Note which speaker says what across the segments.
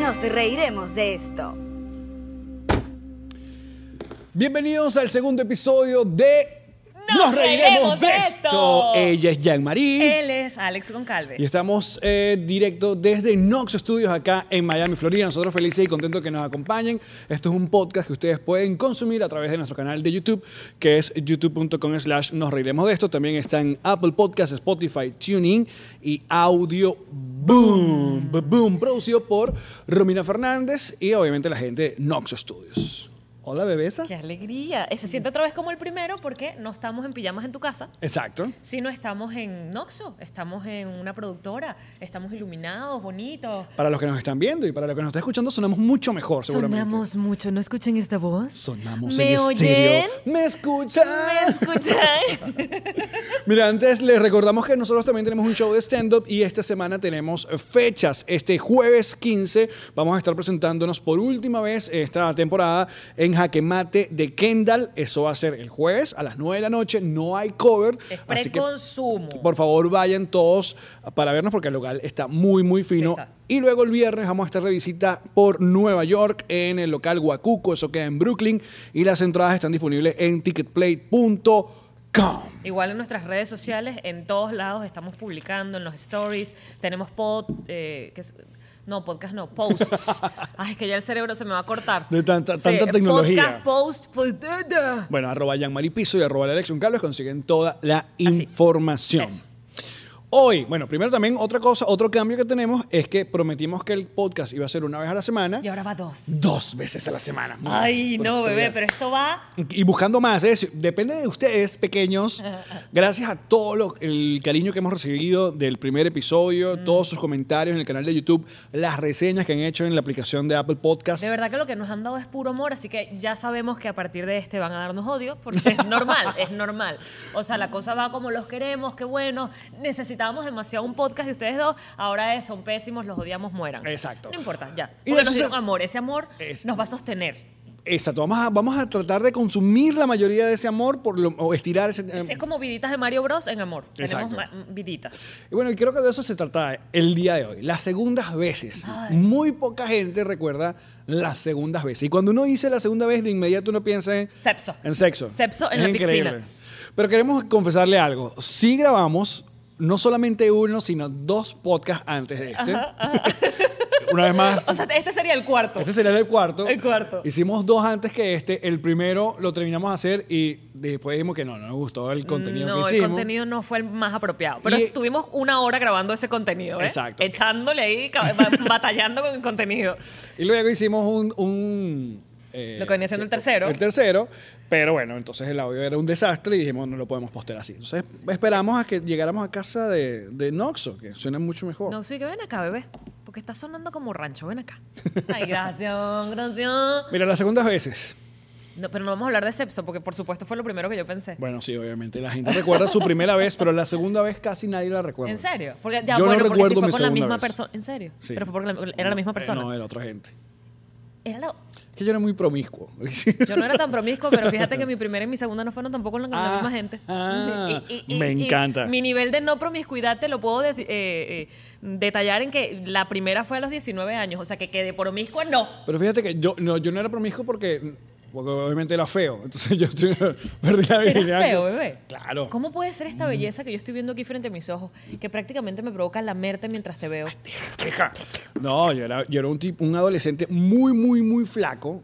Speaker 1: Nos reiremos de esto.
Speaker 2: Bienvenidos al segundo episodio de
Speaker 3: Nos reiremos de esto.
Speaker 2: Ella es Jean Marie
Speaker 3: Él es Alex Goncalves.
Speaker 2: y estamos eh, directo desde Nox Studios acá en Miami, Florida. Nosotros felices y contentos que nos acompañen. Esto es un podcast que ustedes pueden consumir a través de nuestro canal de YouTube, que es youtube.com slash nos reiremos de esto. También está en Apple Podcasts, Spotify, TuneIn y Audio Boom. Boom, producido por Romina Fernández y obviamente la gente de Nox Studios. Hola, bebesa.
Speaker 3: ¡Qué alegría! Eh, Se siente otra vez como el primero porque no estamos en pijamas en tu casa,
Speaker 2: Exacto.
Speaker 3: sino estamos en Noxo, estamos en una productora, estamos iluminados, bonitos.
Speaker 2: Para los que nos están viendo y para los que nos están escuchando, sonamos mucho mejor, seguramente.
Speaker 3: Sonamos mucho, ¿no escuchan esta voz?
Speaker 2: Sonamos
Speaker 3: ¿Me
Speaker 2: en
Speaker 3: oyen?
Speaker 2: estéreo. ¿Me escuchan?
Speaker 3: ¿Me escuchan?
Speaker 2: Mira, antes les recordamos que nosotros también tenemos un show de stand-up y esta semana tenemos fechas. Este jueves 15 vamos a estar presentándonos por última vez esta temporada en Jaquemate de Kendall. Eso va a ser el jueves a las 9 de la noche. No hay cover.
Speaker 3: es
Speaker 2: así que
Speaker 3: preconsumo.
Speaker 2: Por favor, vayan todos para vernos porque el local está muy, muy fino.
Speaker 3: Sí, está.
Speaker 2: Y luego el viernes vamos a estar de visita por Nueva York en el local Huacuco, eso queda en Brooklyn. Y las entradas están disponibles en ticketplay.com.
Speaker 3: Igual en nuestras redes sociales, en todos lados estamos publicando, en los stories, tenemos pod, eh, que es- no, podcast no, posts. Ay, que ya el cerebro se me va a cortar.
Speaker 2: De tanta- tanta tecnología.
Speaker 3: Podcast, post, pues, da, da.
Speaker 2: Bueno, arroba Yanmari Piso y arroba la Alexion Carlos consiguen toda la
Speaker 3: Así.
Speaker 2: información.
Speaker 3: Eso.
Speaker 2: Hoy, bueno, primero también otra cosa, otro cambio que tenemos es que prometimos que el podcast iba a ser una vez a la semana,
Speaker 3: Y ahora va dos.
Speaker 2: dos veces a la semana.
Speaker 3: Ay, no,
Speaker 2: Brutalidad.
Speaker 3: bebé, pero esto va.
Speaker 2: Y buscando más, ¿eh? Si- depende de ustedes, pequeños. Gracias a todo lo- el cariño que hemos recibido del primer episodio,
Speaker 3: Mm.
Speaker 2: todos sus comentarios en el canal de YouTube, las reseñas que han hecho en la aplicación de Apple Podcast.
Speaker 3: De verdad que lo que nos han dado es puro amor, así que ya sabemos que a partir de este van a darnos odio, porque es normal, es normal. O sea, la cosa va como los queremos, qué bueno, necesitábamos demasiado un podcast de ustedes dos, ahora es, son pésimos, los odiamos, mueran.
Speaker 2: Exacto.
Speaker 3: No importa, ya.
Speaker 2: Y
Speaker 3: Porque
Speaker 2: eso
Speaker 3: nos
Speaker 2: se-
Speaker 3: dieron amor, ese amor
Speaker 2: Es-
Speaker 3: nos va a sostener.
Speaker 2: Exacto, vamos a, vamos a tratar de consumir la mayoría de ese amor por lo- o estirar ese... em,
Speaker 3: Es, es como viditas de Mario Bros en amor.
Speaker 2: Exacto.
Speaker 3: Tenemos ma- viditas.
Speaker 2: Y bueno, y creo que de eso se trata el día de hoy. Las segundas veces. Muy poca gente recuerda las segundas veces. Y cuando uno dice la segunda vez, de inmediato uno piensa en...
Speaker 3: Sepso.
Speaker 2: En sexo.
Speaker 3: Sepso en
Speaker 2: Es
Speaker 3: la
Speaker 2: increíble.
Speaker 3: piscina.
Speaker 2: Pero queremos confesarle algo. Sí grabamos no solamente uno, sino dos podcasts antes de este. Una vez más.
Speaker 3: O sea, este sería el cuarto.
Speaker 2: este sería el cuarto.
Speaker 3: El cuarto.
Speaker 2: Hicimos dos antes que este. El primero lo terminamos de hacer y después dijimos que no, no nos gustó el contenido que
Speaker 3: No, el
Speaker 2: hicimos.
Speaker 3: contenido no fue el más apropiado. Pero
Speaker 2: Y-
Speaker 3: estuvimos una hora grabando ese contenido, ¿eh?
Speaker 2: Exacto.
Speaker 3: Echándole ahí, ca- ba- batallando con el contenido.
Speaker 2: Y luego hicimos un... un, eh,
Speaker 3: Lo que venía siendo el tercero.
Speaker 2: El tercero, pero bueno, entonces el audio era un desastre y dijimos no lo podemos postear así. Entonces esperamos a que llegáramos a casa de, de Noxo, que suena mucho mejor.
Speaker 3: No, sí, que ven acá, bebé. Porque está sonando como rancho, ven acá. Ay, gracias, gracias.
Speaker 2: Mira, las segundas veces.
Speaker 3: No, pero no vamos a hablar de sepso, porque por supuesto fue lo primero que yo pensé.
Speaker 2: Bueno, sí, obviamente. La gente recuerda su primera vez, pero la segunda vez casi nadie la recuerda.
Speaker 3: ¿En serio? Porque, ya,
Speaker 2: Yo no
Speaker 3: bueno, porque
Speaker 2: recuerdo
Speaker 3: si fue
Speaker 2: mi
Speaker 3: con la
Speaker 2: segunda
Speaker 3: misma
Speaker 2: vez.
Speaker 3: persona. ¿En serio?
Speaker 2: Sí.
Speaker 3: Pero fue porque la- era la misma
Speaker 2: Eh,
Speaker 3: persona.
Speaker 2: no, era otra gente.
Speaker 3: Era la-
Speaker 2: Que yo era muy promiscuo.
Speaker 3: Yo no era tan promiscuo, pero fíjate que mi primera y mi segunda no fueron tampoco con la, con la
Speaker 2: Ah,
Speaker 3: misma gente.
Speaker 2: ah, me encanta.
Speaker 3: mi nivel de no promiscuidad te lo puedo des- eh, eh, detallar en que la primera fue a los 19 años, o sea que, que de promiscua no.
Speaker 2: Pero fíjate que yo no, yo no era promiscuo porque, porque obviamente era feo. Entonces yo estoy- perdí la
Speaker 3: Eras
Speaker 2: virginidad.
Speaker 3: feo, bebé.
Speaker 2: Claro. Mm.
Speaker 3: ¿Cómo puede ser esta belleza que yo estoy viendo aquí frente a mis ojos, que prácticamente me provoca lamerte mientras te veo?
Speaker 2: No, yo era, yo era un tipo, un adolescente muy, muy, muy flaco,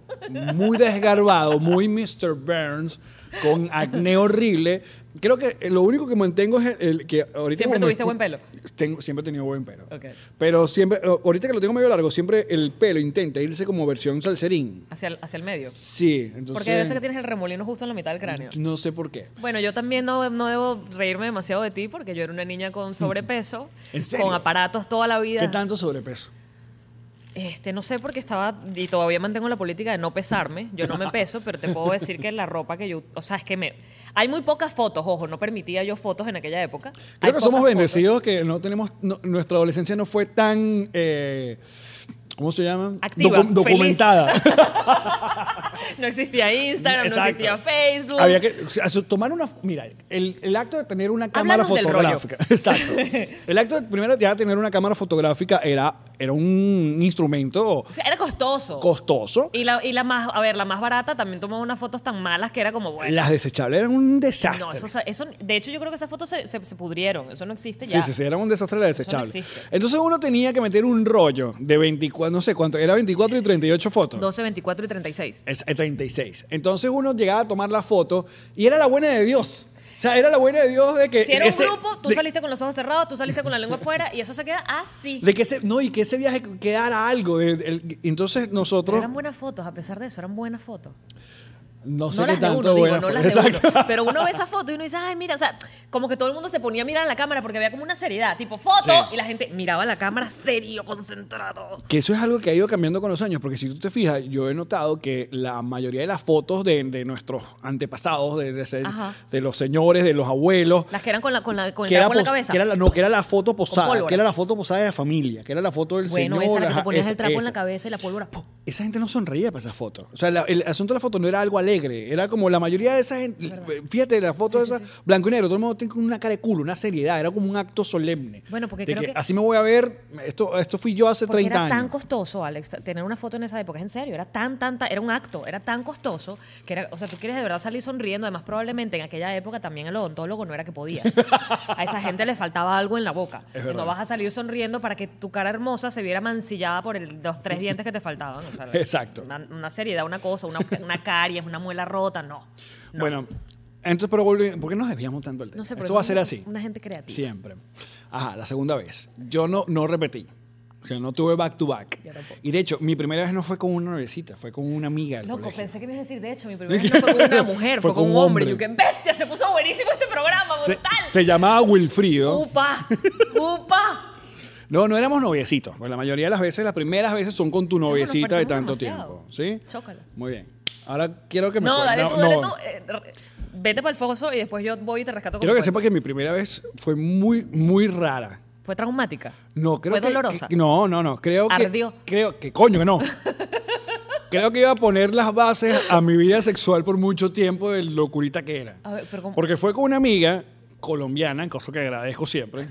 Speaker 2: muy desgarbado, muy Mr. Burns, con acné horrible. Creo que eh, lo único que mantengo es el, el que ahorita...
Speaker 3: Siempre
Speaker 2: como
Speaker 3: tuviste buen pelo.
Speaker 2: Tengo, siempre he tenido buen pelo.
Speaker 3: Ok.
Speaker 2: Pero siempre, o- ahorita que lo tengo medio largo, siempre el pelo intenta irse como versión salserín.
Speaker 3: Hacia el, hacia el medio.
Speaker 2: Sí, entonces...
Speaker 3: Porque debe ser que tienes el remolino justo en la mitad del cráneo.
Speaker 2: No sé por qué.
Speaker 3: Bueno, yo también no, no debo reírme demasiado de ti porque yo era una niña con sobrepeso,
Speaker 2: Mm. ¿En serio?
Speaker 3: con aparatos toda la vida.
Speaker 2: ¿Qué tanto sobrepeso?
Speaker 3: Este, no sé por qué estaba y todavía mantengo la política de no pesarme. Yo no me peso, pero te puedo decir que la ropa que yo, o sea, es que me hay muy pocas fotos, ojo, no permitía yo fotos en aquella época. Hay
Speaker 2: Creo que somos
Speaker 3: pocas fotos.
Speaker 2: bendecidos que no tenemos, no- nuestra adolescencia no fue tan, eh, ¿cómo se llama?
Speaker 3: Activa, feliz.
Speaker 2: documentada.
Speaker 3: No existía Instagram, no
Speaker 2: Exacto.
Speaker 3: existía Facebook.
Speaker 2: Había que o sea, eso, tomar una, mira, el, el acto de tener una cámara
Speaker 3: Háblanos del
Speaker 2: fotográfica. Exacto. El acto de, primero ya tener una cámara fotográfica era, era un instrumento
Speaker 3: O sea, era costoso.
Speaker 2: costoso.
Speaker 3: y la, y la más, a ver, la más barata también tomaba unas fotos tan malas que era como, bueno,
Speaker 2: Las desechables eran un desastre.
Speaker 3: No, eso, o sea, eso, de hecho yo creo que esas fotos se, se, se pudrieron, eso no existe
Speaker 2: Sí,
Speaker 3: ya.
Speaker 2: sí, sí, era un desastre la desechable.
Speaker 3: existe.
Speaker 2: Entonces uno tenía que meter un rollo de 24, no sé cuánto, era 24 y 38 fotos.
Speaker 3: 12, 24 y 36.
Speaker 2: Es el 36. Entonces uno llegaba a tomar la foto y era la buena de Dios. O sea, era la buena de Dios de que...
Speaker 3: Si era
Speaker 2: Eh,
Speaker 3: un
Speaker 2: ese-
Speaker 3: grupo, tú
Speaker 2: de-
Speaker 3: saliste con los ojos cerrados, tú saliste con la lengua afuera y eso se queda así.
Speaker 2: De que ese, no, y que ese viaje quedara algo. de- el- entonces
Speaker 3: Pero
Speaker 2: nosotros...
Speaker 3: eran buenas fotos, a pesar de eso, eran buenas fotos.
Speaker 2: No sé
Speaker 3: No
Speaker 2: qué
Speaker 3: las de
Speaker 2: tanto
Speaker 3: uno, digo,
Speaker 2: buena
Speaker 3: no
Speaker 2: fue.
Speaker 3: las de
Speaker 2: Exacto.
Speaker 3: uno. Pero uno ve esa foto y uno dice, ay, mira, o sea, como que todo el mundo se ponía a mirar a la cámara porque había como una seriedad, tipo foto,
Speaker 2: Sí.
Speaker 3: y la gente miraba a la cámara serio, concentrado.
Speaker 2: Que eso es algo que ha ido cambiando con los años, porque si tú te fijas, yo he notado que la mayoría de las fotos de, de nuestros antepasados, de, de ser-
Speaker 3: Ajá.
Speaker 2: de los señores, de los abuelos,
Speaker 3: Las que eran con la, con la, con el
Speaker 2: que era,
Speaker 3: agua en la
Speaker 2: pos-
Speaker 3: cabeza.
Speaker 2: que era la, no, que era la foto posada,
Speaker 3: pólvora.
Speaker 2: que era la foto posada de la familia, que era la foto del
Speaker 3: bueno,
Speaker 2: señor.
Speaker 3: esa era la que
Speaker 2: ajá,
Speaker 3: te ponías
Speaker 2: esa-
Speaker 3: el trapo en
Speaker 2: esa.
Speaker 3: la cabeza y la pólvora. ¡pum!
Speaker 2: Esa gente no sonreía para esas fotos. O sea, la- el asunto de la foto no era algo alegre. Era como la mayoría de esa gente. Fíjate, la foto de esa, blanco y negro, todo el mundo tiene como una cara de culo, una seriedad. Era como un acto solemne.
Speaker 3: Bueno, porque
Speaker 2: De
Speaker 3: creo que-
Speaker 2: Así me voy a ver. Esto, esto fui yo hace
Speaker 3: Porque
Speaker 2: 30
Speaker 3: era
Speaker 2: años.
Speaker 3: tan costoso, Alex, tener una foto en esa época, es en serio, era tan, tan, tan- era un acto, era tan costoso que era, o sea, tú quieres de verdad salir sonriendo, además probablemente en aquella época también el odontólogo no era que podías. A esa gente le faltaba algo en la boca.
Speaker 2: verdad.
Speaker 3: No vas a salir sonriendo para que tu cara hermosa se viera mancillada por el, los tres dientes que te faltaban. o sea,
Speaker 2: Exacto.
Speaker 3: Una, una seriedad, una cosa, una, una caries, una muela rota, no. no.
Speaker 2: Bueno, entonces, pero volviendo. ¿Por qué nos desviamos tanto del tema?
Speaker 3: No sé, pero
Speaker 2: esto va a
Speaker 3: somos
Speaker 2: ser
Speaker 3: una-
Speaker 2: así.
Speaker 3: Una gente creativa.
Speaker 2: Siempre. Ajá, la segunda vez. Yo no, no repetí. O sea, no tuve back to back.
Speaker 3: Yo tampoco.
Speaker 2: Y de hecho, mi primera vez no fue con una novecita, fue con una amiga. del
Speaker 3: Loco,
Speaker 2: colegio.
Speaker 3: pensé que me ibas a decir, de hecho, mi primera vez no fue con una mujer, fue, con un hombre. Yo, qué bestia, se puso buenísimo este programa,
Speaker 2: se,
Speaker 3: brutal.
Speaker 2: se llamaba Wilfrido.
Speaker 3: ¡Upa! ¡Upa!
Speaker 2: No, no éramos noviecitos. Pues la mayoría de las veces, las primeras veces son con tu
Speaker 3: nos
Speaker 2: noviecita de tanto
Speaker 3: parecemos demasiado.
Speaker 2: tiempo. ¿Sí?
Speaker 3: Chócala.
Speaker 2: Muy bien. Ahora quiero que me
Speaker 3: No,
Speaker 2: cuente-
Speaker 3: dale tú, dale
Speaker 2: no.
Speaker 3: tú. Eh, re- Vete para el foso y después yo voy y te rescato. con
Speaker 2: Quiero
Speaker 3: mi
Speaker 2: que sepa
Speaker 3: cuento.
Speaker 2: que mi primera vez fue muy, muy rara.
Speaker 3: Fue traumática.
Speaker 2: No, creo
Speaker 3: Fue
Speaker 2: que-
Speaker 3: dolorosa.
Speaker 2: que- no, no, no. Creo
Speaker 3: Ardió.
Speaker 2: que. Creo que, coño, que no. creo que iba a poner las bases a mi vida sexual por mucho tiempo de locurita que era.
Speaker 3: A ver, pero ¿cómo?
Speaker 2: Porque fue con una amiga colombiana, cosa que agradezco siempre.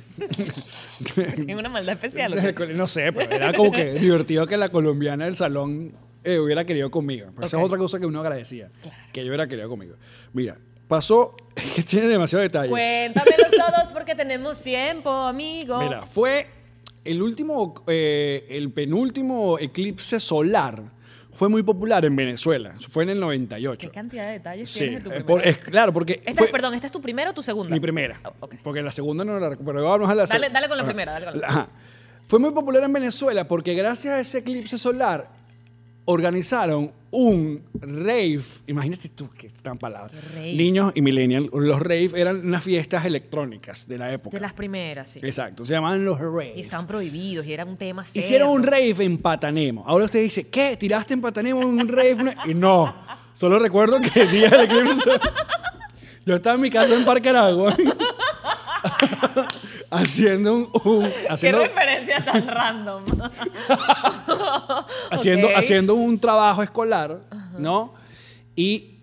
Speaker 3: Tiene una maldad especial. ¿o qué?
Speaker 2: No sé, pero era como que divertido que la colombiana del salón eh, hubiera querido conmigo. Pero Esa es
Speaker 3: Ok.
Speaker 2: otra cosa que uno agradecía. Que yo hubiera querido conmigo. Mira, pasó que tiene demasiado detalle.
Speaker 3: Cuéntamelos todos porque tenemos tiempo, amigo.
Speaker 2: Mira, fue el último, eh, el penúltimo eclipse solar. Fue muy popular en Venezuela. Fue en el 98.
Speaker 3: Qué cantidad de detalles
Speaker 2: Sí,
Speaker 3: tienes de tu
Speaker 2: eh,
Speaker 3: primera
Speaker 2: por-
Speaker 3: vez?
Speaker 2: es- claro, porque
Speaker 3: Esta,
Speaker 2: fue
Speaker 3: Perdón, ¿esta es tu primera o tu segunda?
Speaker 2: mi primera.
Speaker 3: Oh, ok.
Speaker 2: Porque la segunda no la recuerdo. Pero vamos a la
Speaker 3: Dale-
Speaker 2: seg-
Speaker 3: dale con la
Speaker 2: Ajá.
Speaker 3: primera, dale con la
Speaker 2: Ajá. Fue muy popular en Venezuela porque gracias a ese eclipse solar organizaron un rave. Imagínate tú que tan palabras.
Speaker 3: rave.
Speaker 2: Niños y millennials. Los rave eran unas fiestas electrónicas de la época.
Speaker 3: De las primeras, sí.
Speaker 2: Exacto, se llamaban los rave.
Speaker 3: Y estaban prohibidos y era un tema serio.
Speaker 2: Hicieron un rave en Patanemo. Ahora usted dice, ¿qué? ¿Tiraste en Patanemo un rave? Y no, solo recuerdo que el día del eclipse solar- Yo estaba en mi casa en Parque Aragua haciendo un... un-
Speaker 3: Qué
Speaker 2: haciendo,
Speaker 3: referencia tan random.
Speaker 2: haciendo,
Speaker 3: Ok.
Speaker 2: haciendo un trabajo escolar, ¿no? Y...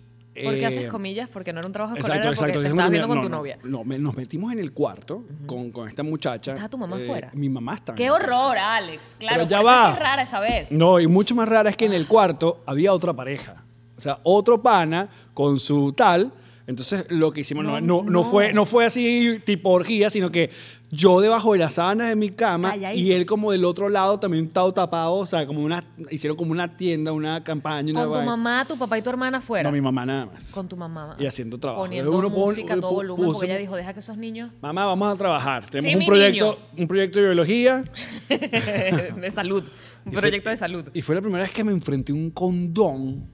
Speaker 3: ¿Por qué
Speaker 2: eh,
Speaker 3: haces comillas? Porque no era un trabajo escolar, era porque te
Speaker 2: haciendo
Speaker 3: estabas
Speaker 2: comillas.
Speaker 3: viendo con
Speaker 2: No,
Speaker 3: tu
Speaker 2: no,
Speaker 3: novia.
Speaker 2: No, me- nos metimos en el cuarto con, con esta muchacha. eh,
Speaker 3: ¿Estaba tu mamá fuera?
Speaker 2: Mi mamá estaba. en
Speaker 3: ¡Qué
Speaker 2: el cuarto.
Speaker 3: horror, Alex! Claro,
Speaker 2: Pero ya
Speaker 3: por eso
Speaker 2: va.
Speaker 3: es que es rara esa vez.
Speaker 2: No, y mucho más rara es que en el cuarto había otra pareja. O sea, otro pana con su tal Entonces, lo que hicimos no, no,
Speaker 3: No,
Speaker 2: no,
Speaker 3: no.
Speaker 2: Fue, no fue así tipo orgía, sino que yo debajo de las sábanas de mi cama
Speaker 3: Calladito.
Speaker 2: y él como del otro lado también estaba tapado, o sea, como una, hicieron como una tienda, una campaña. Una
Speaker 3: Con tu
Speaker 2: vaina.
Speaker 3: mamá, tu papá y tu hermana fuera.
Speaker 2: No, mi mamá nada más.
Speaker 3: Con tu mamá.
Speaker 2: Y haciendo trabajo.
Speaker 3: Poniendo
Speaker 2: Uno pon- eh,
Speaker 3: música a todo
Speaker 2: pu-
Speaker 3: volumen
Speaker 2: puso-
Speaker 3: porque ella dijo, deja que esos niños
Speaker 2: Mamá, vamos a trabajar. Tenemos
Speaker 3: Sí,
Speaker 2: un
Speaker 3: mi
Speaker 2: proyecto, un proyecto de biología.
Speaker 3: de salud, un
Speaker 2: Y fue-
Speaker 3: proyecto de salud.
Speaker 2: Y fue la primera vez que me enfrenté a un condón.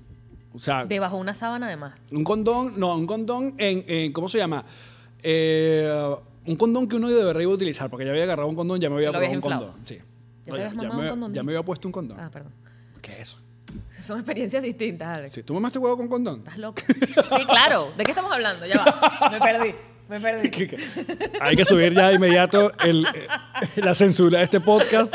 Speaker 2: O sea,
Speaker 3: Debajo una sábana además.
Speaker 2: un condón, no, un condón en, en- ¿cómo se llama? Eh, un condón que uno debería iba a utilizar, porque ya había agarrado un condón, ya me había
Speaker 3: Lo
Speaker 2: probado un
Speaker 3: habías inflado.
Speaker 2: condón. Sí.
Speaker 3: te
Speaker 2: No,
Speaker 3: habías mamado
Speaker 2: me,
Speaker 3: un condón,
Speaker 2: ya me
Speaker 3: dijiste.
Speaker 2: había puesto un condón.
Speaker 3: Ah, perdón.
Speaker 2: ¿Qué es eso?
Speaker 3: Son experiencias distintas, Alex.
Speaker 2: Sí, ¿Tú mamaste huevo con condón?
Speaker 3: Estás loco. Sí, claro. ¿De qué estamos hablando? Ya va. Me perdí. Me perdí.
Speaker 2: Hay que subir ya de inmediato el- eh, la censura de este podcast.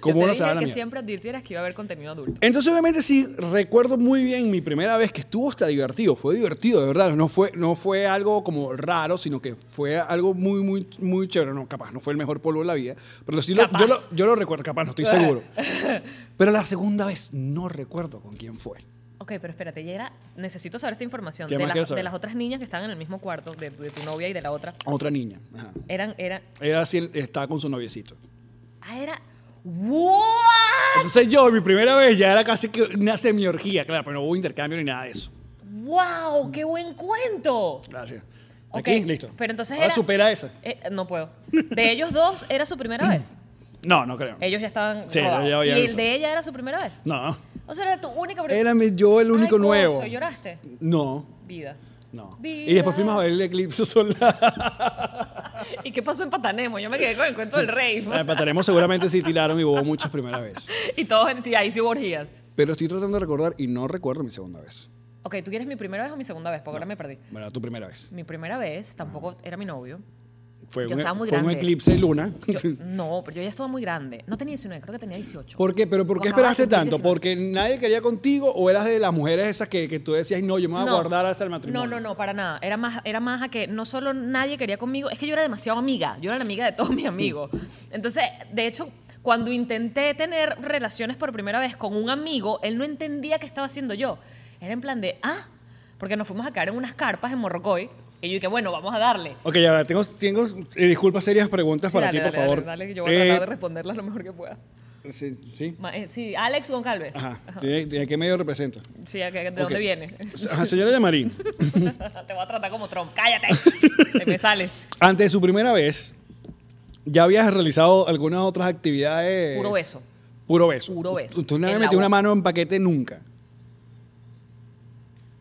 Speaker 2: Como
Speaker 3: Yo te
Speaker 2: uno se
Speaker 3: dije
Speaker 2: va a la
Speaker 3: que
Speaker 2: mierda.
Speaker 3: siempre advirtieras que iba a haber contenido adulto.
Speaker 2: Entonces, obviamente, sí, recuerdo muy bien mi primera vez que estuvo hasta divertido. Fue divertido, de verdad. No fue, no fue algo como raro, sino que fue algo muy, muy, muy chévere. No, capaz, no fue el mejor polvo de la vida. Pero sí lo-
Speaker 3: Capaz.
Speaker 2: yo, lo, yo lo recuerdo, capaz, no estoy seguro. Pero la segunda vez no recuerdo con quién fue.
Speaker 3: Ok, pero espérate, ya era. Necesito saber esta información.
Speaker 2: ¿Qué
Speaker 3: De
Speaker 2: más
Speaker 3: las,
Speaker 2: quieres saber?
Speaker 3: de las otras niñas que estaban en el mismo cuarto, de, tu- de tu novia y de la otra.
Speaker 2: Otra niña. Ajá.
Speaker 3: Eran, eran.
Speaker 2: Ella sí estaba con su noviecito.
Speaker 3: Ah, era. ¡What!
Speaker 2: Entonces, yo, mi primera vez ya era casi que una semiorgía, claro, pero no hubo intercambio ni nada de eso.
Speaker 3: ¡Wow! ¡Qué buen cuento!
Speaker 2: Gracias.
Speaker 3: Ok,
Speaker 2: Aquí, listo.
Speaker 3: Pero entonces
Speaker 2: Ahora
Speaker 3: era.
Speaker 2: supera esa.
Speaker 3: Eh, no puedo. De ellos dos era su primera vez.
Speaker 2: No, no creo.
Speaker 3: Ellos ya estaban.
Speaker 2: Sí,
Speaker 3: rodados.
Speaker 2: ya- ya-
Speaker 3: y el de ella era su primera vez.
Speaker 2: No.
Speaker 3: O sea, era tu única primera
Speaker 2: Era mi- yo el único
Speaker 3: Ay, coño,
Speaker 2: nuevo.
Speaker 3: ¿Lloraste?
Speaker 2: No,
Speaker 3: Vida.
Speaker 2: no.
Speaker 3: Vida.
Speaker 2: Y después fuimos a ver el eclipse solar.
Speaker 3: ¿Y qué pasó en Patanemo? Yo me quedé con el cuento del rey.
Speaker 2: Empataremos seguramente si tiraron y hubo muchas primeras veces.
Speaker 3: y todos sí, ahí sí hubo orgías.
Speaker 2: Pero estoy tratando de recordar y no recuerdo mi segunda vez.
Speaker 3: Ok, ¿tú quieres mi primera vez o mi segunda vez? Porque ahora me perdí.
Speaker 2: Bueno, tu primera vez.
Speaker 3: Mi primera vez tampoco era mi novio.
Speaker 2: Fue,
Speaker 3: Yo
Speaker 2: un, e-
Speaker 3: estaba muy
Speaker 2: fue un
Speaker 3: grande.
Speaker 2: eclipse de luna.
Speaker 3: Yo- mm, no, pero yo ya estaba muy grande. No tenía 19, creo que tenía 18.
Speaker 2: ¿Por qué? ¿Pero por
Speaker 3: O
Speaker 2: qué
Speaker 3: acababa
Speaker 2: esperaste
Speaker 3: de cumplir
Speaker 2: tanto?
Speaker 3: 19.
Speaker 2: ¿Porque nadie quería contigo o eras de las mujeres esas que, que tú decías, no, yo me voy a guardar hasta el matrimonio?
Speaker 3: No, no, no, para nada. Era más, era más a que no solo nadie quería conmigo, es que yo era demasiado amiga. Yo era la amiga de todos mis amigos. Entonces, de hecho, cuando intenté tener relaciones por primera vez con un amigo, él no entendía qué estaba haciendo yo. Era en plan de, ah, porque nos fuimos a caer en unas carpas en Morrocoy. Y yo dije, bueno, vamos a darle.
Speaker 2: Ok, ya va, tengo, tengo eh, disculpas, serias preguntas
Speaker 3: Sí,
Speaker 2: para
Speaker 3: dale,
Speaker 2: ti, por
Speaker 3: dale,
Speaker 2: favor.
Speaker 3: Dale, dale, que yo voy a tratar de
Speaker 2: Eh,
Speaker 3: responderlas lo mejor que pueda.
Speaker 2: Sí, sí.
Speaker 3: Ma- eh, Sí, Alex Goncalves.
Speaker 2: Ajá. ¿De, de qué medio represento?
Speaker 3: Sí, ¿a qué- ¿de
Speaker 2: Ok.
Speaker 3: dónde viene?
Speaker 2: Ajá, señora Yamarín.
Speaker 3: Te voy a tratar como Trump. ¡Cállate! Te me sales.
Speaker 2: Antes de su primera vez, ¿ya habías realizado algunas otras actividades?
Speaker 3: Puro beso.
Speaker 2: Puro beso.
Speaker 3: Puro beso.
Speaker 2: Tú no
Speaker 3: En
Speaker 2: le
Speaker 3: la
Speaker 2: metió una
Speaker 3: boca.
Speaker 2: mano en paquete nunca.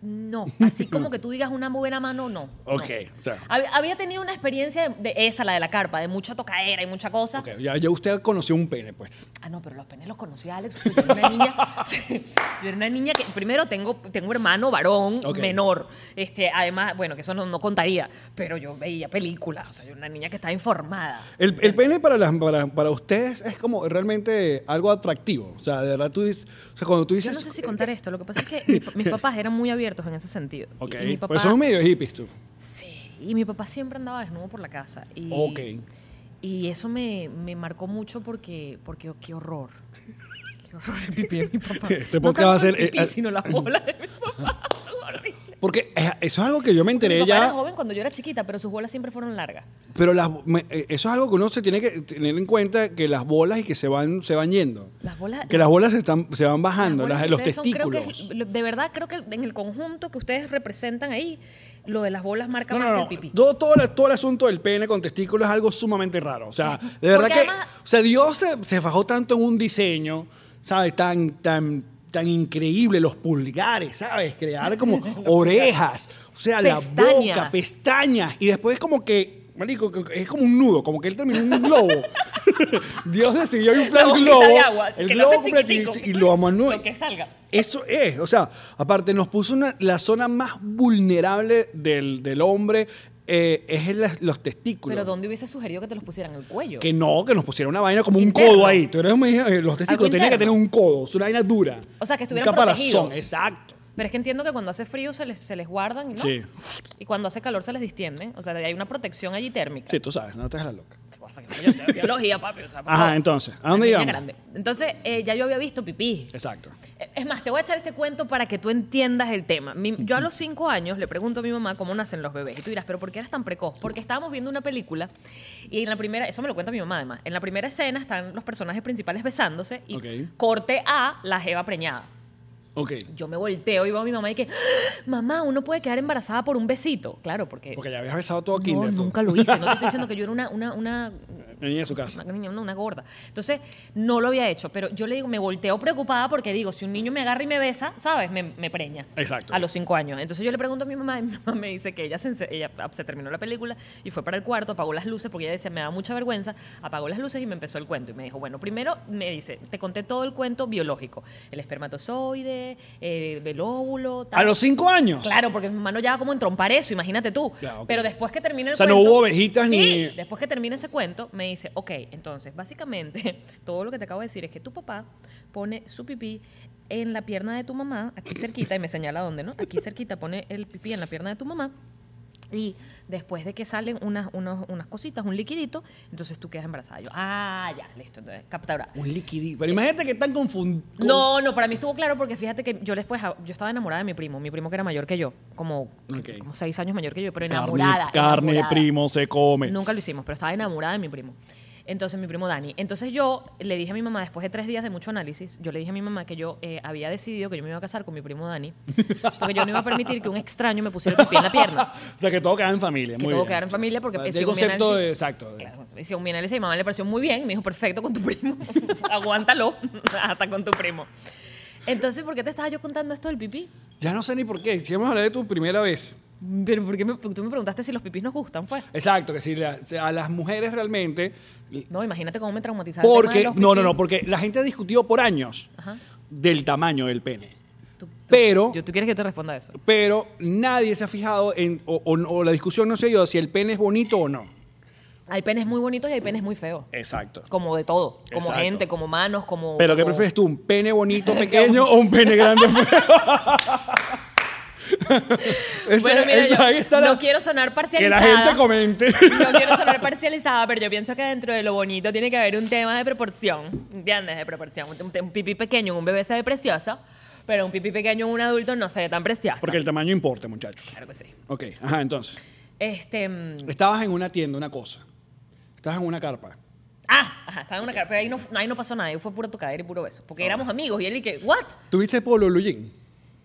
Speaker 3: No, así como que tú digas una buena mano, no. no.
Speaker 2: Ok, o sea.
Speaker 3: Hab- Había tenido una experiencia de, de esa, la de la carpa, de mucha tocaera y mucha cosa.
Speaker 2: Ok, ya, ya usted conoció un pene, pues.
Speaker 3: Ah, no, pero los penes los conocí a Alex. porque Yo era una niña, sí, yo era una niña que, primero, tengo, tengo un hermano varón
Speaker 2: Ok.
Speaker 3: menor. Este, además, bueno, que eso no, no contaría, pero yo veía películas. O sea, yo era una niña que estaba informada.
Speaker 2: El, el pene para, las, para, para ustedes es como realmente algo atractivo. O sea, de verdad tú dices. O sea, cuando tú
Speaker 3: Yo
Speaker 2: dices.
Speaker 3: no sé si
Speaker 2: eh,
Speaker 3: contar esto. Lo que pasa es que mi pa- mis papás eran muy abiertos en ese sentido. Y-
Speaker 2: Ok,
Speaker 3: y mi papá,
Speaker 2: pues son medio hippies tú.
Speaker 3: Sí, y mi papá siempre andaba desnudo por la casa. Y,
Speaker 2: Ok.
Speaker 3: Y eso me, me marcó mucho porque, porque qué horror. Qué horror el pipí de mi papá.
Speaker 2: Este
Speaker 3: No
Speaker 2: podcast va a
Speaker 3: tanto el
Speaker 2: ser, eh,
Speaker 3: pipí,
Speaker 2: eh,
Speaker 3: sino las bolas de mi papá. Son horribles.
Speaker 2: Porque eh, eso es algo que yo me
Speaker 3: Mi
Speaker 2: enteré
Speaker 3: papá
Speaker 2: ya.
Speaker 3: era joven cuando yo era chiquita, pero sus bolas siempre fueron largas.
Speaker 2: Pero las, me- eh, eso es algo que uno se tiene que tener en cuenta que las bolas y que se van, se van yendo.
Speaker 3: Las bolas-
Speaker 2: Que las bolas se, están, se van
Speaker 3: Las
Speaker 2: bajando,
Speaker 3: bolas
Speaker 2: las-
Speaker 3: que
Speaker 2: los
Speaker 3: ustedes son, creo
Speaker 2: testículos.
Speaker 3: que es- de verdad, creo que en el conjunto que ustedes representan ahí, lo de las bolas marca
Speaker 2: No,
Speaker 3: más
Speaker 2: no,
Speaker 3: que
Speaker 2: no.
Speaker 3: el pipí.
Speaker 2: Todo, todo, el, todo el asunto del pene con testículos es algo sumamente raro. O sea, de verdad
Speaker 3: Porque
Speaker 2: que.
Speaker 3: además-
Speaker 2: o sea, Dios se, se fajó tanto en un diseño, ¿sabes? Tan, tan, tan increíble. Los pulgares, ¿sabes? Crear como orejas. O sea, la
Speaker 3: Pestañas.
Speaker 2: boca, pestañas. Y después, como que. Marico, que- que es como un nudo, como que él terminó en un globo. Dios decidió hay un plan
Speaker 3: La boquita
Speaker 2: globo.
Speaker 3: de agua,
Speaker 2: el
Speaker 3: que lo
Speaker 2: globo
Speaker 3: hace
Speaker 2: completo
Speaker 3: chiquitico.
Speaker 2: y lo amanuel.
Speaker 3: Lo que salga.
Speaker 2: Eso es, o sea, aparte nos puso una- la zona más vulnerable del, del hombre, eh, es en las- los testículos.
Speaker 3: Pero ¿dónde hubiese sugerido que te los pusieran en el cuello?
Speaker 2: Que no, que nos pusiera una vaina como un
Speaker 3: Interno.
Speaker 2: codo ahí. Tú eres muy- eh, los testículos tenían que tener
Speaker 3: interno.
Speaker 2: un codo, es una vaina dura.
Speaker 3: O sea, que
Speaker 2: Un
Speaker 3: estuvieran
Speaker 2: caparazón,
Speaker 3: protegidos.
Speaker 2: exacto.
Speaker 3: Pero es que entiendo que cuando hace frío se les, se les guardan, ¿no?
Speaker 2: Sí.
Speaker 3: Y cuando hace calor se les distienden. O sea, hay una protección allí térmica.
Speaker 2: Sí, tú sabes, no te hagas la loca.
Speaker 3: pasa? Que yo sé biología, papi. O sea, por
Speaker 2: Ajá,
Speaker 3: favor.
Speaker 2: entonces, ¿a
Speaker 3: Una
Speaker 2: dónde
Speaker 3: niña
Speaker 2: íbamos?
Speaker 3: Ah, grande. Entonces, eh, ya yo había visto pipí.
Speaker 2: Exacto.
Speaker 3: Es más, te voy a echar este cuento para que tú entiendas el tema. Mi- yo a los cinco años le pregunto a mi mamá cómo nacen los bebés. Y tú dirás, ¿pero por qué eras tan precoz? Porque estábamos viendo una película y en la primera, eso me lo cuenta mi mamá además, en la primera escena están los personajes principales besándose y
Speaker 2: Ok.
Speaker 3: corte a la jeva preñada.
Speaker 2: Ok.
Speaker 3: Yo me volteo y veo a mi mamá y que, ¡Ah! mamá, uno puede quedar embarazada por un besito. Claro, porque...
Speaker 2: Porque ya habías besado todo
Speaker 3: no,
Speaker 2: Kinder. pues.
Speaker 3: nunca lo hice. No te estoy diciendo que yo era una, una, una
Speaker 2: La niña de su casa.
Speaker 3: una, niña, no, una gorda. Entonces, no lo había hecho, pero yo le digo, me volteo preocupada porque digo, si un niño me agarra y me besa, ¿sabes? Me, me preña.
Speaker 2: Exacto.
Speaker 3: A los cinco años. Entonces yo le pregunto a mi mamá y mi mamá me dice que ella se, ense- ella ah, se terminó la película y fue para el cuarto, apagó las luces porque ella decía, me da mucha vergüenza, apagó las luces y me empezó el cuento. Y me dijo, bueno, primero me dice, te conté todo el cuento biológico, el espermatozoide, eh, el óvulo, tal.
Speaker 2: A los cinco años.
Speaker 3: Claro, porque mi mamá no llevaba como a entrompar eso, imagínate tú.
Speaker 2: Claro, ok.
Speaker 3: Pero después que termina el
Speaker 2: O sea, no
Speaker 3: cuento.
Speaker 2: hubo ovejitas
Speaker 3: Sí,
Speaker 2: ni-
Speaker 3: Después que termina ese cuento, me dice, ok, entonces, básicamente, todo lo que te acabo de decir es que tu papá pone su pipí en la pierna de tu mamá, aquí cerquita, y me señala dónde, ¿no? Aquí cerquita pone el pipí en la pierna de tu mamá. Y después de que salen unas, unos- unas cositas, un liquidito, entonces tú quedas embarazada. Yo, ah, ya, listo, entonces, captura.
Speaker 2: Un liquidito. Pero imagínate que están confundidos.
Speaker 3: No, no, para mí estuvo claro porque fíjate que yo después, ah, yo estaba enamorada de mi primo, mi primo que era mayor que yo, como,
Speaker 2: Ok.
Speaker 3: como seis años mayor que yo, pero
Speaker 2: Carne,
Speaker 3: enamorada.
Speaker 2: carne de
Speaker 3: enamorada.
Speaker 2: primo se come.
Speaker 3: Nunca lo hicimos, pero estaba enamorada de mi primo. Entonces, mi primo Dani. Entonces, yo le dije a mi mamá, después de tres días de mucho análisis, yo le dije a mi mamá que yo eh, había decidido que yo me iba a casar con mi primo Dani, porque yo no iba a permitir que un extraño me pusiera el pie en la pierna.
Speaker 2: o sea, que todo queda en familia.
Speaker 3: Que
Speaker 2: muy
Speaker 3: todo
Speaker 2: bien.
Speaker 3: quedara en familia porque
Speaker 2: Vale,
Speaker 3: si
Speaker 2: el
Speaker 3: un
Speaker 2: concepto
Speaker 3: análisis-
Speaker 2: de- exacto. de-
Speaker 3: Claro, hicieron mi análisis y mi mamá le pareció muy bien. Me dijo, perfecto con tu primo. Aguántalo hasta con tu primo. Entonces, ¿por qué te estaba yo contando esto del pipí?
Speaker 2: Ya no sé ni por qué. Si vamos a hablar de tu primera vez.
Speaker 3: Pero ¿por qué me- tú me preguntaste si los pipís nos gustan? Fue.
Speaker 2: Exacto, que si la- a las mujeres realmente.
Speaker 3: No, imagínate cómo me traumatizaron. el tema
Speaker 2: Porque.
Speaker 3: de los
Speaker 2: No, no,
Speaker 3: pipí.
Speaker 2: no, porque la gente ha discutido por años
Speaker 3: Ajá.
Speaker 2: del tamaño del pene.
Speaker 3: Tú- tú-
Speaker 2: Pero-
Speaker 3: Yo, ¿Tú quieres que yo te responda eso?
Speaker 2: Pero nadie se ha fijado en. O, o- o la discusión no se ha ido a si el pene es bonito o no.
Speaker 3: Hay penes muy bonitos y hay penes muy feos.
Speaker 2: Exacto.
Speaker 3: Como de todo. Como
Speaker 2: Exacto.
Speaker 3: gente, como manos, como.
Speaker 2: Pero ¿qué
Speaker 3: como-
Speaker 2: prefieres tú? ¿Un pene bonito pequeño o un pene grande feo? Esa-
Speaker 3: Bueno, mira,
Speaker 2: esa-
Speaker 3: yo
Speaker 2: ahí está
Speaker 3: no
Speaker 2: la-
Speaker 3: quiero sonar
Speaker 2: Que la
Speaker 3: parcializada.
Speaker 2: gente comente.
Speaker 3: No quiero sonar parcializada, pero yo pienso que dentro de lo bonito tiene que haber un tema de proporción. ¿Entiendes? De proporción. Un, un pipí pequeño en un bebé se ve precioso, pero un pipí pequeño en un adulto no se ve tan precioso.
Speaker 2: Porque el tamaño importa, muchachos.
Speaker 3: Claro que sí.
Speaker 2: Ok, ajá, entonces.
Speaker 3: Este. mm,
Speaker 2: Estabas en una tienda, una cosa. Estabas en una carpa.
Speaker 3: Ah, ajá, estaba en una cara, pero ahí no, ahí no pasó nada. Ahí fue puro tocadero y puro beso.
Speaker 2: Ah.
Speaker 3: Porque éramos amigos y él y que, ¿what?
Speaker 2: ¿Tuviste Polo Blue Jean?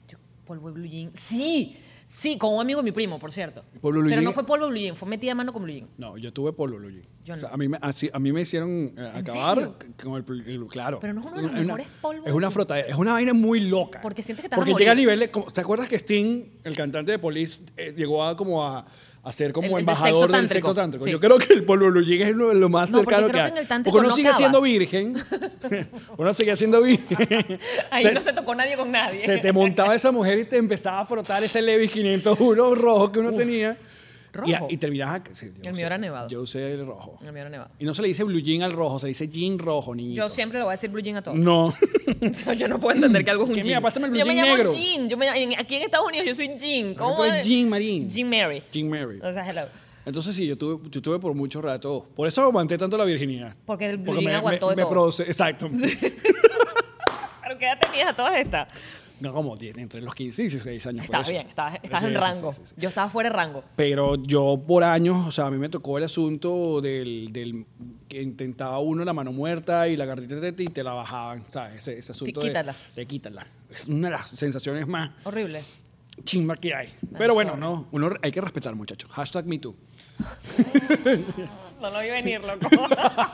Speaker 3: Yo, polvo de blue jean. Sí, sí, con un amigo de mi primo, por cierto.
Speaker 2: Polvo blue
Speaker 3: pero no
Speaker 2: jean-
Speaker 3: fue polvo de blue jean, fue metida a mano con blue jean.
Speaker 2: No, yo tuve Polo Blue Jean.
Speaker 3: Yo no.
Speaker 2: O sea, a, mí me, así- a mí me hicieron eh, acabar
Speaker 3: serio?
Speaker 2: c- con el, pl- el- Claro.
Speaker 3: Pero no es uno de los
Speaker 2: Una- una-
Speaker 3: mejores polvos
Speaker 2: Es una
Speaker 3: de-
Speaker 2: frotadera. Es una vaina muy loca.
Speaker 3: Porque sientes que te vas
Speaker 2: Porque
Speaker 3: a
Speaker 2: llega a
Speaker 3: morir.
Speaker 2: niveles. como- ¿Te acuerdas que Sting, el cantante de Police, eh, llegó a como a. a ser como
Speaker 3: El- el del
Speaker 2: embajador
Speaker 3: sexo
Speaker 2: del
Speaker 3: tántrico.
Speaker 2: sexo tántrico.
Speaker 3: Sí.
Speaker 2: Yo creo que el polvo blue jean es lo, lo más
Speaker 3: No, porque
Speaker 2: cercano que
Speaker 3: creo que
Speaker 2: hay.
Speaker 3: en el tántrico
Speaker 2: porque uno
Speaker 3: no
Speaker 2: sigue siendo
Speaker 3: acabas.
Speaker 2: virgen. uno sigue siendo virgen.
Speaker 3: Ahí
Speaker 2: Se-
Speaker 3: no se tocó nadie con nadie.
Speaker 2: se te montaba esa mujer y te empezaba a frotar ese Levis 501 rojo que uno tenía. Y, a-
Speaker 3: rojo.
Speaker 2: y terminabas. sí, yo
Speaker 3: El mío
Speaker 2: usé-
Speaker 3: era nevado.
Speaker 2: Yo usé el rojo.
Speaker 3: No, me hubiera nevado.
Speaker 2: Y no se le dice blue jean al rojo, se le dice jean rojo, niñito.
Speaker 3: Yo siempre le voy a decir blue jean a todos.
Speaker 2: No.
Speaker 3: O sea, yo no puedo entender que algo es un
Speaker 2: Que
Speaker 3: jean.
Speaker 2: mira, pásame el blue
Speaker 3: yo me
Speaker 2: jean
Speaker 3: llamo
Speaker 2: negro.
Speaker 3: jean. Yo me- en- aquí en Estados Unidos yo soy jean. ¿Cómo?
Speaker 2: Tú eres
Speaker 3: es?
Speaker 2: Jean Marín.
Speaker 3: Jean Mary.
Speaker 2: Jean Mary.
Speaker 3: O sea, hello.
Speaker 2: Entonces sí, yo tuve, yo tuve por mucho rato. Por eso aguanté tanto la virginidad.
Speaker 3: Porque el blue jean
Speaker 2: me,
Speaker 3: aguantó
Speaker 2: me-
Speaker 3: de
Speaker 2: me
Speaker 3: todo.
Speaker 2: produce- exacto.
Speaker 3: Pero ¿qué edad tenías a todas estas?
Speaker 2: No, como 10, entre los 15 y 16 años. por
Speaker 3: Estabas
Speaker 2: eso.
Speaker 3: bien, estabas, estabas
Speaker 2: Sí,
Speaker 3: en
Speaker 2: sí, sí,
Speaker 3: rango.
Speaker 2: sí, sí.
Speaker 3: Yo estaba fuera de rango.
Speaker 2: Pero yo por años, o sea, a mí me tocó el asunto del, del que intentaba uno la mano muerta y la garrita de- y te la bajaban, ¿sabes? Ese, ese asunto de-
Speaker 3: quítala.
Speaker 2: De, quítala. Es una de las sensaciones más
Speaker 3: Horrible.
Speaker 2: chimba que hay. Pero bueno,
Speaker 3: sorry.
Speaker 2: no, uno hay que respetar, muchachos. Hashtag me too.
Speaker 3: No lo vi venir, loco.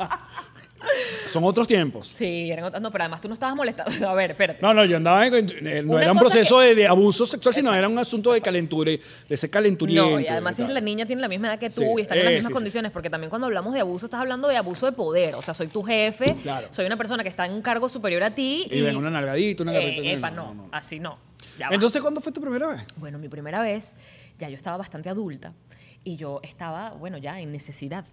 Speaker 2: Son otros tiempos.
Speaker 3: sí, eran otras. No, pero además tú no estabas molestado. A ver, espérate.
Speaker 2: No, no, yo andaba en, eh, no
Speaker 3: Una
Speaker 2: era un
Speaker 3: cosa
Speaker 2: proceso de, de abuso sexual, sino
Speaker 3: Exacto,
Speaker 2: era un asunto de calentura, de ser calenturiento.
Speaker 3: No, y además
Speaker 2: de
Speaker 3: es la
Speaker 2: tal.
Speaker 3: niña tiene la misma edad que tú
Speaker 2: Sí,
Speaker 3: y están en las
Speaker 2: eh,
Speaker 3: mismas
Speaker 2: sí, sí.
Speaker 3: condiciones, porque también cuando hablamos de abuso estás hablando de abuso de poder, o sea, soy tu jefe,
Speaker 2: Claro.
Speaker 3: soy una persona que está en un cargo superior a ti
Speaker 2: Y
Speaker 3: y,
Speaker 2: ven, una nalgadita, una garrita,
Speaker 3: Eh, epa,
Speaker 2: no,
Speaker 3: no,
Speaker 2: no, no.
Speaker 3: así no. Ya va.
Speaker 2: Entonces, ¿cuándo fue tu primera vez?
Speaker 3: bueno, mi primera vez ya yo estaba bastante adulta y yo estaba, bueno, ya en necesidad.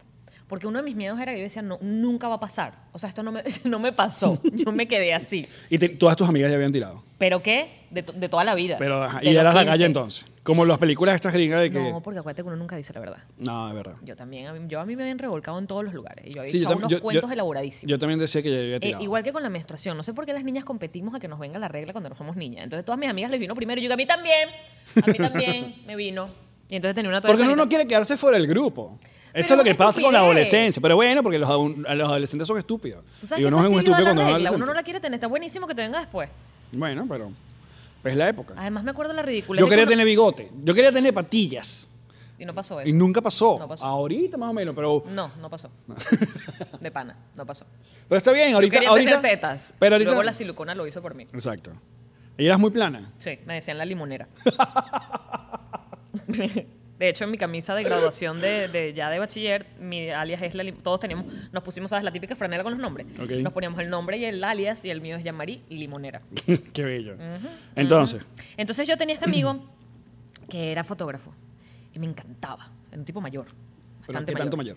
Speaker 3: Porque uno de mis miedos era que yo decía, no, nunca va a pasar. O sea, esto no me, no me pasó. Yo me quedé así.
Speaker 2: Y te- todas tus amigas ya habían tirado.
Speaker 3: ¿Pero qué? De, to- de toda la vida.
Speaker 2: Pero, ajá,
Speaker 3: De
Speaker 2: y
Speaker 3: los
Speaker 2: eras la
Speaker 3: 15.
Speaker 2: calle entonces. Como las películas estas gringas de que.
Speaker 3: No, porque acuérdate que uno nunca dice la verdad.
Speaker 2: No, es verdad.
Speaker 3: Yo también, a mí, yo a mí me habían revolcado en todos los lugares. Y yo había
Speaker 2: Sí, yo
Speaker 3: hecho
Speaker 2: tam-
Speaker 3: unos
Speaker 2: yo- yo-
Speaker 3: cuentos elaboradísimos.
Speaker 2: Yo también decía que ya había
Speaker 3: Eh,
Speaker 2: tirado.
Speaker 3: igual que con la menstruación. No sé por qué las niñas competimos a que nos venga la regla cuando no somos niñas. Entonces todas mis amigas les vino primero. Y yo que a mí también. A mí también me vino. Y entonces tenía una toalla
Speaker 2: Porque uno no quiere
Speaker 3: sanitaria.
Speaker 2: quedarse fuera del grupo.
Speaker 3: Pero
Speaker 2: Eso es lo que
Speaker 3: es
Speaker 2: pasa con la
Speaker 3: estupidez.
Speaker 2: adolescencia. Pero bueno, porque los, adun- los adolescentes son estúpidos.
Speaker 3: ¿Tú sabes
Speaker 2: Y
Speaker 3: qué
Speaker 2: uno es un
Speaker 3: fastidio da
Speaker 2: estúpido
Speaker 3: la
Speaker 2: cuando es
Speaker 3: regla? Uno no la
Speaker 2: adolescente.
Speaker 3: quiere tener. Está buenísimo que te venga después.
Speaker 2: Bueno, pero es la época.
Speaker 3: Además me acuerdo Ah, pues la ridícula.
Speaker 2: Yo quería tener bigote. Yo quería tener patillas.
Speaker 3: Y no pasó eso.
Speaker 2: Y nunca pasó.
Speaker 3: Pues No pasó.
Speaker 2: Ahorita más o menos, pero,
Speaker 3: No, no pasó. De pana, no pasó.
Speaker 2: pero está bien. Ahorita,
Speaker 3: yo quería
Speaker 2: ahorita,
Speaker 3: tener tetas.
Speaker 2: Pero ahorita,
Speaker 3: Luego la silicona lo hizo por mí.
Speaker 2: Exacto. Y eras muy plana.
Speaker 3: Sí, me decían la limonera. De hecho, en mi camisa de graduación de, de- ya de bachiller, mi alias es la lim- todos teníamos, nos pusimos, ¿sabes? La típica franela con los nombres.
Speaker 2: Ok.
Speaker 3: Nos poníamos el nombre y el alias, y el mío es Yamari Limonera.
Speaker 2: Qué bello. Entonces,
Speaker 3: Entonces yo tenía este amigo que era fotógrafo y me encantaba. Era un tipo mayor.
Speaker 2: ¿pero
Speaker 3: Bastante
Speaker 2: qué tanto mayor?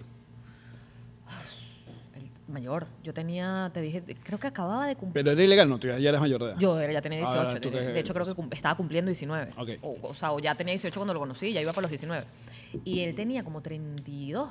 Speaker 3: El mayor. Yo tenía, te dije, creo que acababa de cumplir.
Speaker 2: Pero era ilegal, no, tú ya ya eras mayor de edad.
Speaker 3: Yo era, ya tenía
Speaker 2: Ahora,
Speaker 3: 18.
Speaker 2: ¿tú
Speaker 3: tenía-
Speaker 2: qué-
Speaker 3: de hecho, creo que cum- estaba cumpliendo 19.
Speaker 2: Ok.
Speaker 3: O, o sea, o ya tenía 18 cuando lo conocí, ya iba para los 19. Y él tenía como 32.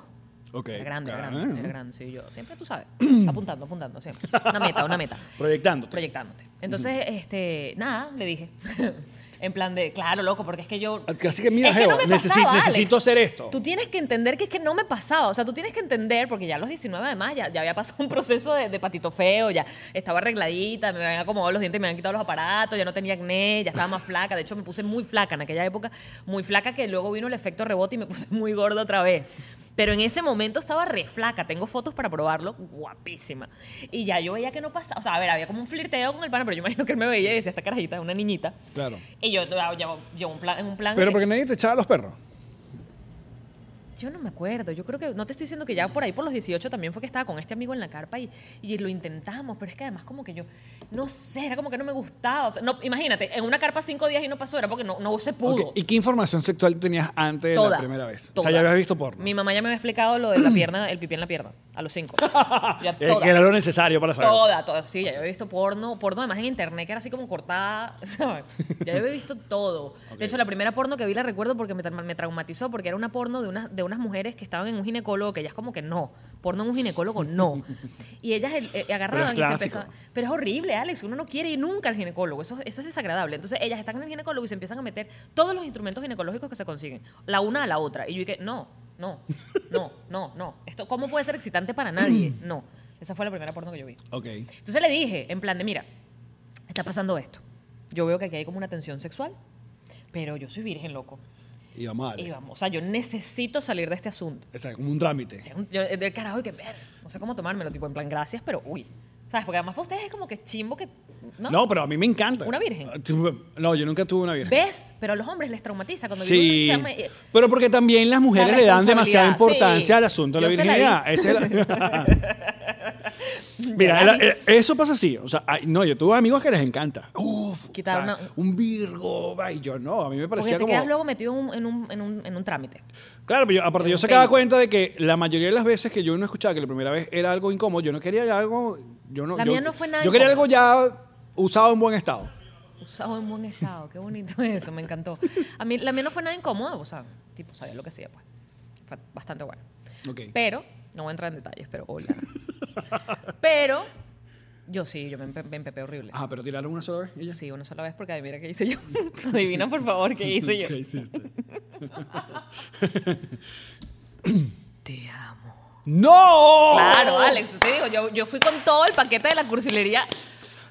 Speaker 2: Ok.
Speaker 3: Era grande, era
Speaker 2: Ah.
Speaker 3: grande, era grande. Sí, yo siempre, tú sabes, apuntando, apuntando, siempre. Una meta, una meta.
Speaker 2: Proyectándote.
Speaker 3: Proyectándote. Entonces, este, nada, le dije. en plan de, claro, loco, porque es que yo...
Speaker 2: Así que mira,
Speaker 3: es que no
Speaker 2: Jeva,
Speaker 3: me
Speaker 2: necesi-
Speaker 3: pasaba, Alex.
Speaker 2: necesito hacer esto.
Speaker 3: Tú tienes que entender que es que no me pasaba. O sea, tú tienes que entender, porque ya a los 19 además ya, ya había pasado un proceso de, de patito feo, ya estaba arregladita, me habían acomodado los dientes, me habían quitado los aparatos, ya no tenía acné, ya estaba más flaca. De hecho, me puse muy flaca en aquella época, muy flaca que luego vino el efecto rebote y me puse muy gorda otra vez. Pero en ese momento estaba re flaca, tengo fotos para probarlo, guapísima. Y ya yo veía que no pasaba, o sea, a ver, había como un flirteo con el pana, pero yo imagino que él me veía y decía, esta carajita es una niñita.
Speaker 2: Claro.
Speaker 3: Y yo, yo, yo un plan, en un plan...
Speaker 2: Pero
Speaker 3: que-
Speaker 2: porque nadie te echaba los perros.
Speaker 3: yo no me acuerdo, yo creo que, no te estoy diciendo que ya por ahí por los 18 también fue que estaba con este amigo en la carpa y, y lo intentamos, pero es que además como que yo, no sé, era como que no me gustaba, o sea, no, imagínate, en una carpa cinco días y no pasó, era porque no, no se pudo.
Speaker 2: Ok, ¿Y qué información sexual tenías antes de
Speaker 3: Toda,
Speaker 2: la primera vez? O
Speaker 3: toda.
Speaker 2: sea, ya habías visto porno.
Speaker 3: Mi mamá ya me había explicado lo de la pierna, el pipí en la pierna, a los cinco. Ya
Speaker 2: Eh,
Speaker 3: toda.
Speaker 2: que era lo necesario para saber.
Speaker 3: Toda, toda, sí, ya yo había visto porno, porno además en internet que era así como cortada, ¿sabes? Ya yo había visto todo. De hecho, la primera porno que vi la recuerdo porque me, tra- me traumatizó, porque era una porno de unas, de unas mujeres que estaban en un ginecólogo, que ellas como que no, porno en un ginecólogo no. Y ellas el- eh, agarraban y
Speaker 2: Pero es
Speaker 3: se
Speaker 2: clásico.
Speaker 3: empezaban... Pero es horrible, Alex, uno no quiere ir nunca al ginecólogo, eso, eso es desagradable. Entonces ellas están en el ginecólogo y se empiezan a meter todos los instrumentos ginecológicos que se consiguen, la una a la otra. Y yo dije, no, no, no, no, no. Esto, ¿Cómo puede ser excitante para nadie? No. Esa fue la primera porno que yo vi.
Speaker 2: Ok.
Speaker 3: Entonces le dije, en plan de, mira, está pasando esto. Yo veo que aquí hay como una tensión sexual, pero yo soy virgen, loco.
Speaker 2: Y vamos a
Speaker 3: Y
Speaker 2: darle.
Speaker 3: vamos, o sea, yo necesito salir de este asunto. Este
Speaker 2: O sea, como un trámite.
Speaker 3: Yo, del carajo, y que ver, no sé cómo tomármelo, tipo, en plan, gracias, pero uy. ¿Sabes? Porque además para ustedes es como que chimbo que... ¿no?
Speaker 2: No, pero a mí me encanta.
Speaker 3: ¿Una virgen?
Speaker 2: Ah, tú- No, yo nunca tuve una virgen.
Speaker 3: ¿Ves? Pero a los hombres les traumatiza cuando
Speaker 2: Sí.
Speaker 3: viene un chama eh, y-
Speaker 2: Pero porque también las mujeres
Speaker 3: La
Speaker 2: le dan demasiada
Speaker 3: responsabilidad,
Speaker 2: importancia
Speaker 3: sí.
Speaker 2: al asunto de la
Speaker 3: Yo se la di.
Speaker 2: virginidad. Esa es la- Mira,
Speaker 3: Ya la
Speaker 2: la- eh, eso pasa así. O sea, ay, no, yo tuve amigos que les encanta. Uf, o
Speaker 3: Quitar
Speaker 2: sea,
Speaker 3: una-
Speaker 2: un virgo. va, Y yo no, a mí me
Speaker 3: Porque
Speaker 2: parecía
Speaker 3: te
Speaker 2: como.
Speaker 3: quedas luego metido en un, en un, en un- en un trámite.
Speaker 2: Claro, pero yo, aparte
Speaker 3: En
Speaker 2: yo
Speaker 3: un
Speaker 2: se daba
Speaker 3: pelo.
Speaker 2: cuenta de que la mayoría de las veces que yo no escuchaba que la primera vez era algo incómodo, yo no quería algo, yo no,
Speaker 3: La
Speaker 2: yo,
Speaker 3: mía no fue nada
Speaker 2: yo quería algo
Speaker 3: incómodo.
Speaker 2: ya usado en buen estado.
Speaker 3: Usado en buen estado, qué bonito eso, me encantó. A mí la mía no fue nada incómoda, o sea, tipo, sabía lo que hacía, pues. Fue bastante bueno.
Speaker 2: Ok.
Speaker 3: Pero, no voy a entrar en detalles, pero hola. pero, yo sí, yo me, empe- me empepé horrible.
Speaker 2: Ajá, pero tiraron una sola vez. Ah, ¿y ya?
Speaker 3: Sí, una sola vez, porque adivina qué hice yo. adivina, por favor, qué hice yo.
Speaker 2: ¿Qué hiciste?
Speaker 3: Te amo.
Speaker 2: ¡No!
Speaker 3: Claro, Alex, te digo, yo, yo fui con todo el paquete de la cursilería.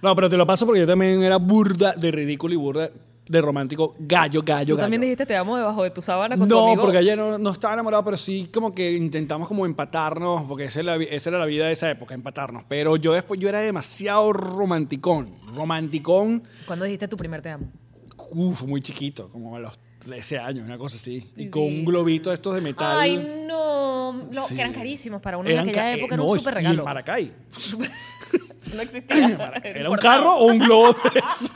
Speaker 2: No, pero te lo paso porque yo también era burda de ridículo y burda de romántico. Gallo, gallo, gallo.
Speaker 3: Tú también dijiste te amo debajo de tu sábana con tu
Speaker 2: No,
Speaker 3: amigo.
Speaker 2: porque ella no, no estaba enamorada, pero sí como que intentamos como empatarnos, porque esa era, la vi- esa era la vida de esa época, empatarnos. Pero yo después, yo era demasiado romanticón, romanticón,
Speaker 3: ¿Cuándo dijiste tu primer te amo?
Speaker 2: uf, muy chiquito, como a los 13 años, una cosa así. Y
Speaker 3: Divino.
Speaker 2: con un globito de estos de metal.
Speaker 3: Ay, no. no,
Speaker 2: Sí.
Speaker 3: Que eran carísimos para uno
Speaker 2: Eran
Speaker 3: en aquella
Speaker 2: ca- eh,
Speaker 3: época, era un
Speaker 2: no,
Speaker 3: súper
Speaker 2: Y en
Speaker 3: regalo.
Speaker 2: Maracay.
Speaker 3: No existía.
Speaker 2: Era un
Speaker 3: importado.
Speaker 2: carro o un globo de eso.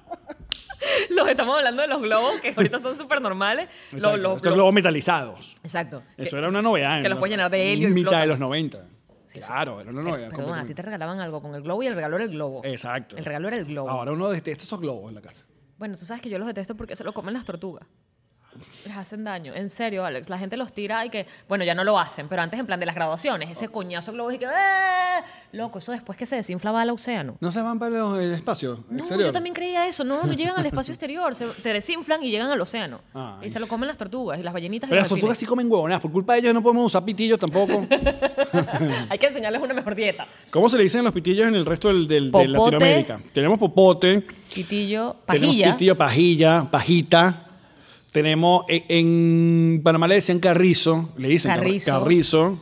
Speaker 3: los estamos hablando de los globos, que ahorita son súper normales. Los,
Speaker 2: Exacto,
Speaker 3: los
Speaker 2: Estos
Speaker 3: globos-
Speaker 2: globos metalizados.
Speaker 3: Exacto.
Speaker 2: Eso
Speaker 3: Que-
Speaker 2: era una novedad.
Speaker 3: Que los
Speaker 2: ¿no?
Speaker 3: puedes llenar de helio y
Speaker 2: Mitad
Speaker 3: flotan.
Speaker 2: de los 90.
Speaker 3: Sí, sí.
Speaker 2: Claro, era una
Speaker 3: Pero-
Speaker 2: novedad.
Speaker 3: Eh, Perdón, a ti
Speaker 2: completamente.
Speaker 3: te regalaban algo con el globo y el regalo era el globo.
Speaker 2: Exacto.
Speaker 3: El regalo era el globo.
Speaker 2: Ahora uno detesta esos globos en la casa.
Speaker 3: Bueno, tú sabes que yo los detesto porque se lo comen las tortugas. Les hacen daño. En serio, Alex. La gente los tira y que. Bueno, ya no lo hacen, pero antes en plan de las graduaciones, ese coñazo globo y que. ¡eh! Loco, eso después que se desinfla va al océano.
Speaker 2: ¿No se van para los- el espacio?
Speaker 3: No,
Speaker 2: exterior?
Speaker 3: yo también creía eso. No, no llegan al espacio exterior. Se, se desinflan y llegan al océano.
Speaker 2: Ay.
Speaker 3: Y se lo comen las tortugas y las ballenitas.
Speaker 2: Ah,
Speaker 3: y
Speaker 2: Pero las
Speaker 3: los
Speaker 2: tortugas sí comen huevonadas. Por culpa de ellos no podemos usar pitillos tampoco.
Speaker 3: delfines. Hay que enseñarles una mejor dieta.
Speaker 2: ¿Cómo se le dicen los pitillos en el resto del, del- de
Speaker 3: Popote.
Speaker 2: Latinoamérica? Tenemos popote.
Speaker 3: Quitillo,
Speaker 2: Tenemos
Speaker 3: pajilla.
Speaker 2: pitillo, pajilla, pajita. Tenemos, e- en, Panamá le decían carrizo. Le dicen carri-
Speaker 3: Carrizo.
Speaker 2: carrizo.